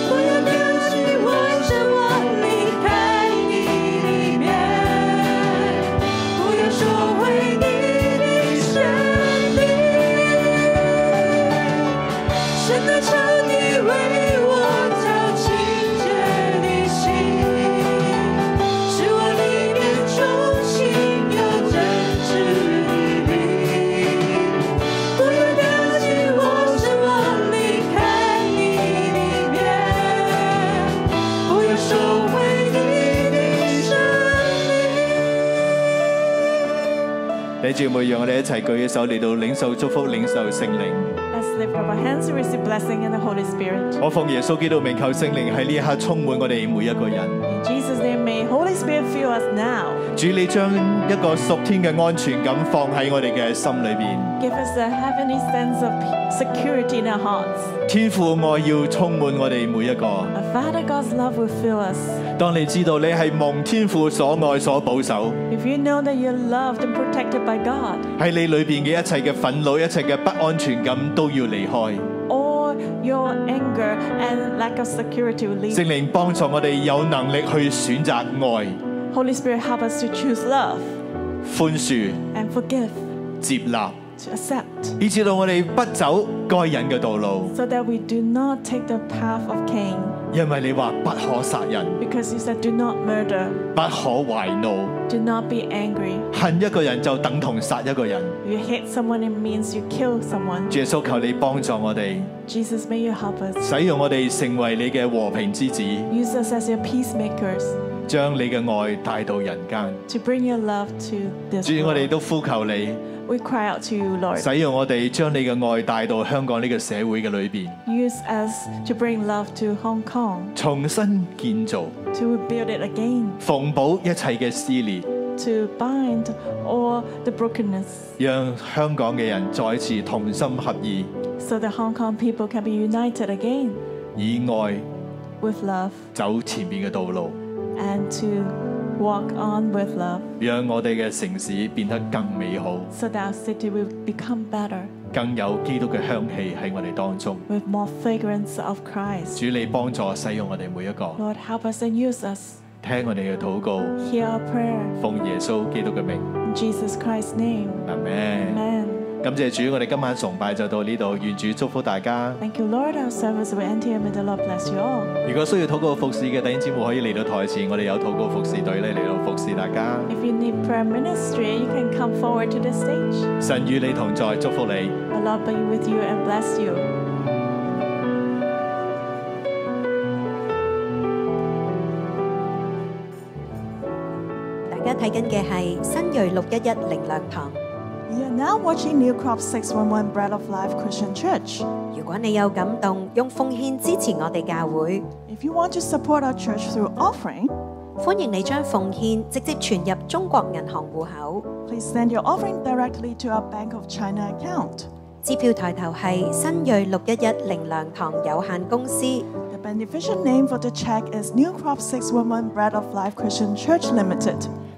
S6: 我要丢弃我真我，离开你里面。我要收回你的身体。神啊，求你为我造清洁的心，使我里面重新有真挚的灵。不要丢弃我，使我离开你里面，不要收回你的生命。
S5: 你姊妹，讓我哋一齊舉起手嚟到領受祝福、領受聖靈。
S1: Let's lift up our hands to receive blessing in the Holy Spirit.
S5: 我奉耶穌基督名求聖靈喺呢一刻充滿我哋每一個人。
S1: In Jesus' name, may Holy Spirit fill us now.
S5: 主，你將一個屬天嘅安全感放喺我哋嘅心裏邊。
S1: Give us a heavenly sense of security in our hearts.
S5: 天父愛要充滿我哋每一個。
S1: A Father God's love will fill us.
S5: 當你知道你係蒙天父所愛所保守，
S1: If you know that you're loved and protected by God,
S5: 喺你裏邊嘅一切嘅憤怒、一切嘅不安全感都要離開。
S1: all your anger and lack of security will leave.
S5: 聖靈幫助我哋有能力去選擇愛、
S1: Holy Spirit, help us to choose love
S5: 寬恕、
S1: and forgive,
S5: 接納，
S1: to accept,
S5: 以至到我哋不走該隱嘅道路。
S1: so that we do not take the path of Cain.
S5: 因為你話不可殺人、
S1: Because you said, do not murder,
S5: 不可懷怒，
S1: do not be angry.
S5: 恨一個人就等同殺一個人。
S1: If you hate someone, it means you kill someone.
S5: 主耶穌求你幫助我哋，
S1: Jesus, may you help us.
S5: 使用我哋成為你嘅和平之子，
S1: Use us as your peacemakers
S5: 將你嘅愛帶到人間。
S1: to bring your love to this
S5: 主，我哋
S1: world.
S5: 都呼求你，
S1: We cry out to you, Lord.
S5: 使用我哋將你嘅愛帶到香港呢個社會嘅裏邊，
S1: Use us to bring love to Hong Kong,
S5: 重新建造，
S1: to rebuild it again,
S5: 縫補一切嘅撕裂，
S1: to bind all the brokenness,
S5: 讓香港嘅人再次同心合意，
S1: so that Hong Kong people can be united again
S5: 以愛
S1: with love
S5: 走前面嘅道路，
S1: and to walk on with love,
S5: 讓我哋嘅城市變得更美好，
S1: so that our city will become better.
S5: 更有基督嘅香氣喺我哋當中。
S1: with more fragrance of Christ.
S5: 主，你幫助使用我哋每一個，
S1: Lord, help us and use us.
S5: 聽我哋嘅禱告，
S1: Hear our prayer.
S5: 奉耶穌基督嘅名，
S1: In Jesus Christ's name.
S5: 阿門。
S1: Amen.
S5: 感謝主，我哋今晚崇拜就到呢度，願主祝福大家。
S7: Thank you, Lord. Our service will end here. May the Lord bless you all.
S5: 如果需要禱告服侍嘅弟兄姊妹可以嚟到台前，我哋有禱告服侍隊咧嚟到服侍大家。
S7: If you need prayer ministry, you can come forward to the stage.
S5: 神與你同在，祝福你。
S7: The Lord be with you and bless you.
S8: Đại gia xem kênh là Sinh Duy 611 Linh Lượng堂.
S1: You are now watching New Crop 611 Bread of Life Christian Church.
S8: Nếu bạn có cảm động, dùng phong hiến hỗ trợ của giáo hội.
S1: If you want to support our church through offering,
S8: Chào mừng bạn đem phong hiến trực tiếp chuyển vào Trung Quốc ngân hàng hộ khẩu.
S1: please send your offering directly to our Bank of China account.
S8: Chi phiếu đầu đầu là Sinh Duy 611 Linh Lượng堂Hữu hạn Công ty.
S1: The beneficial name for the check is New Crop 611 Bread of Life Christian Church Limited.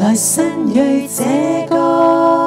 S6: 來新锐這歌。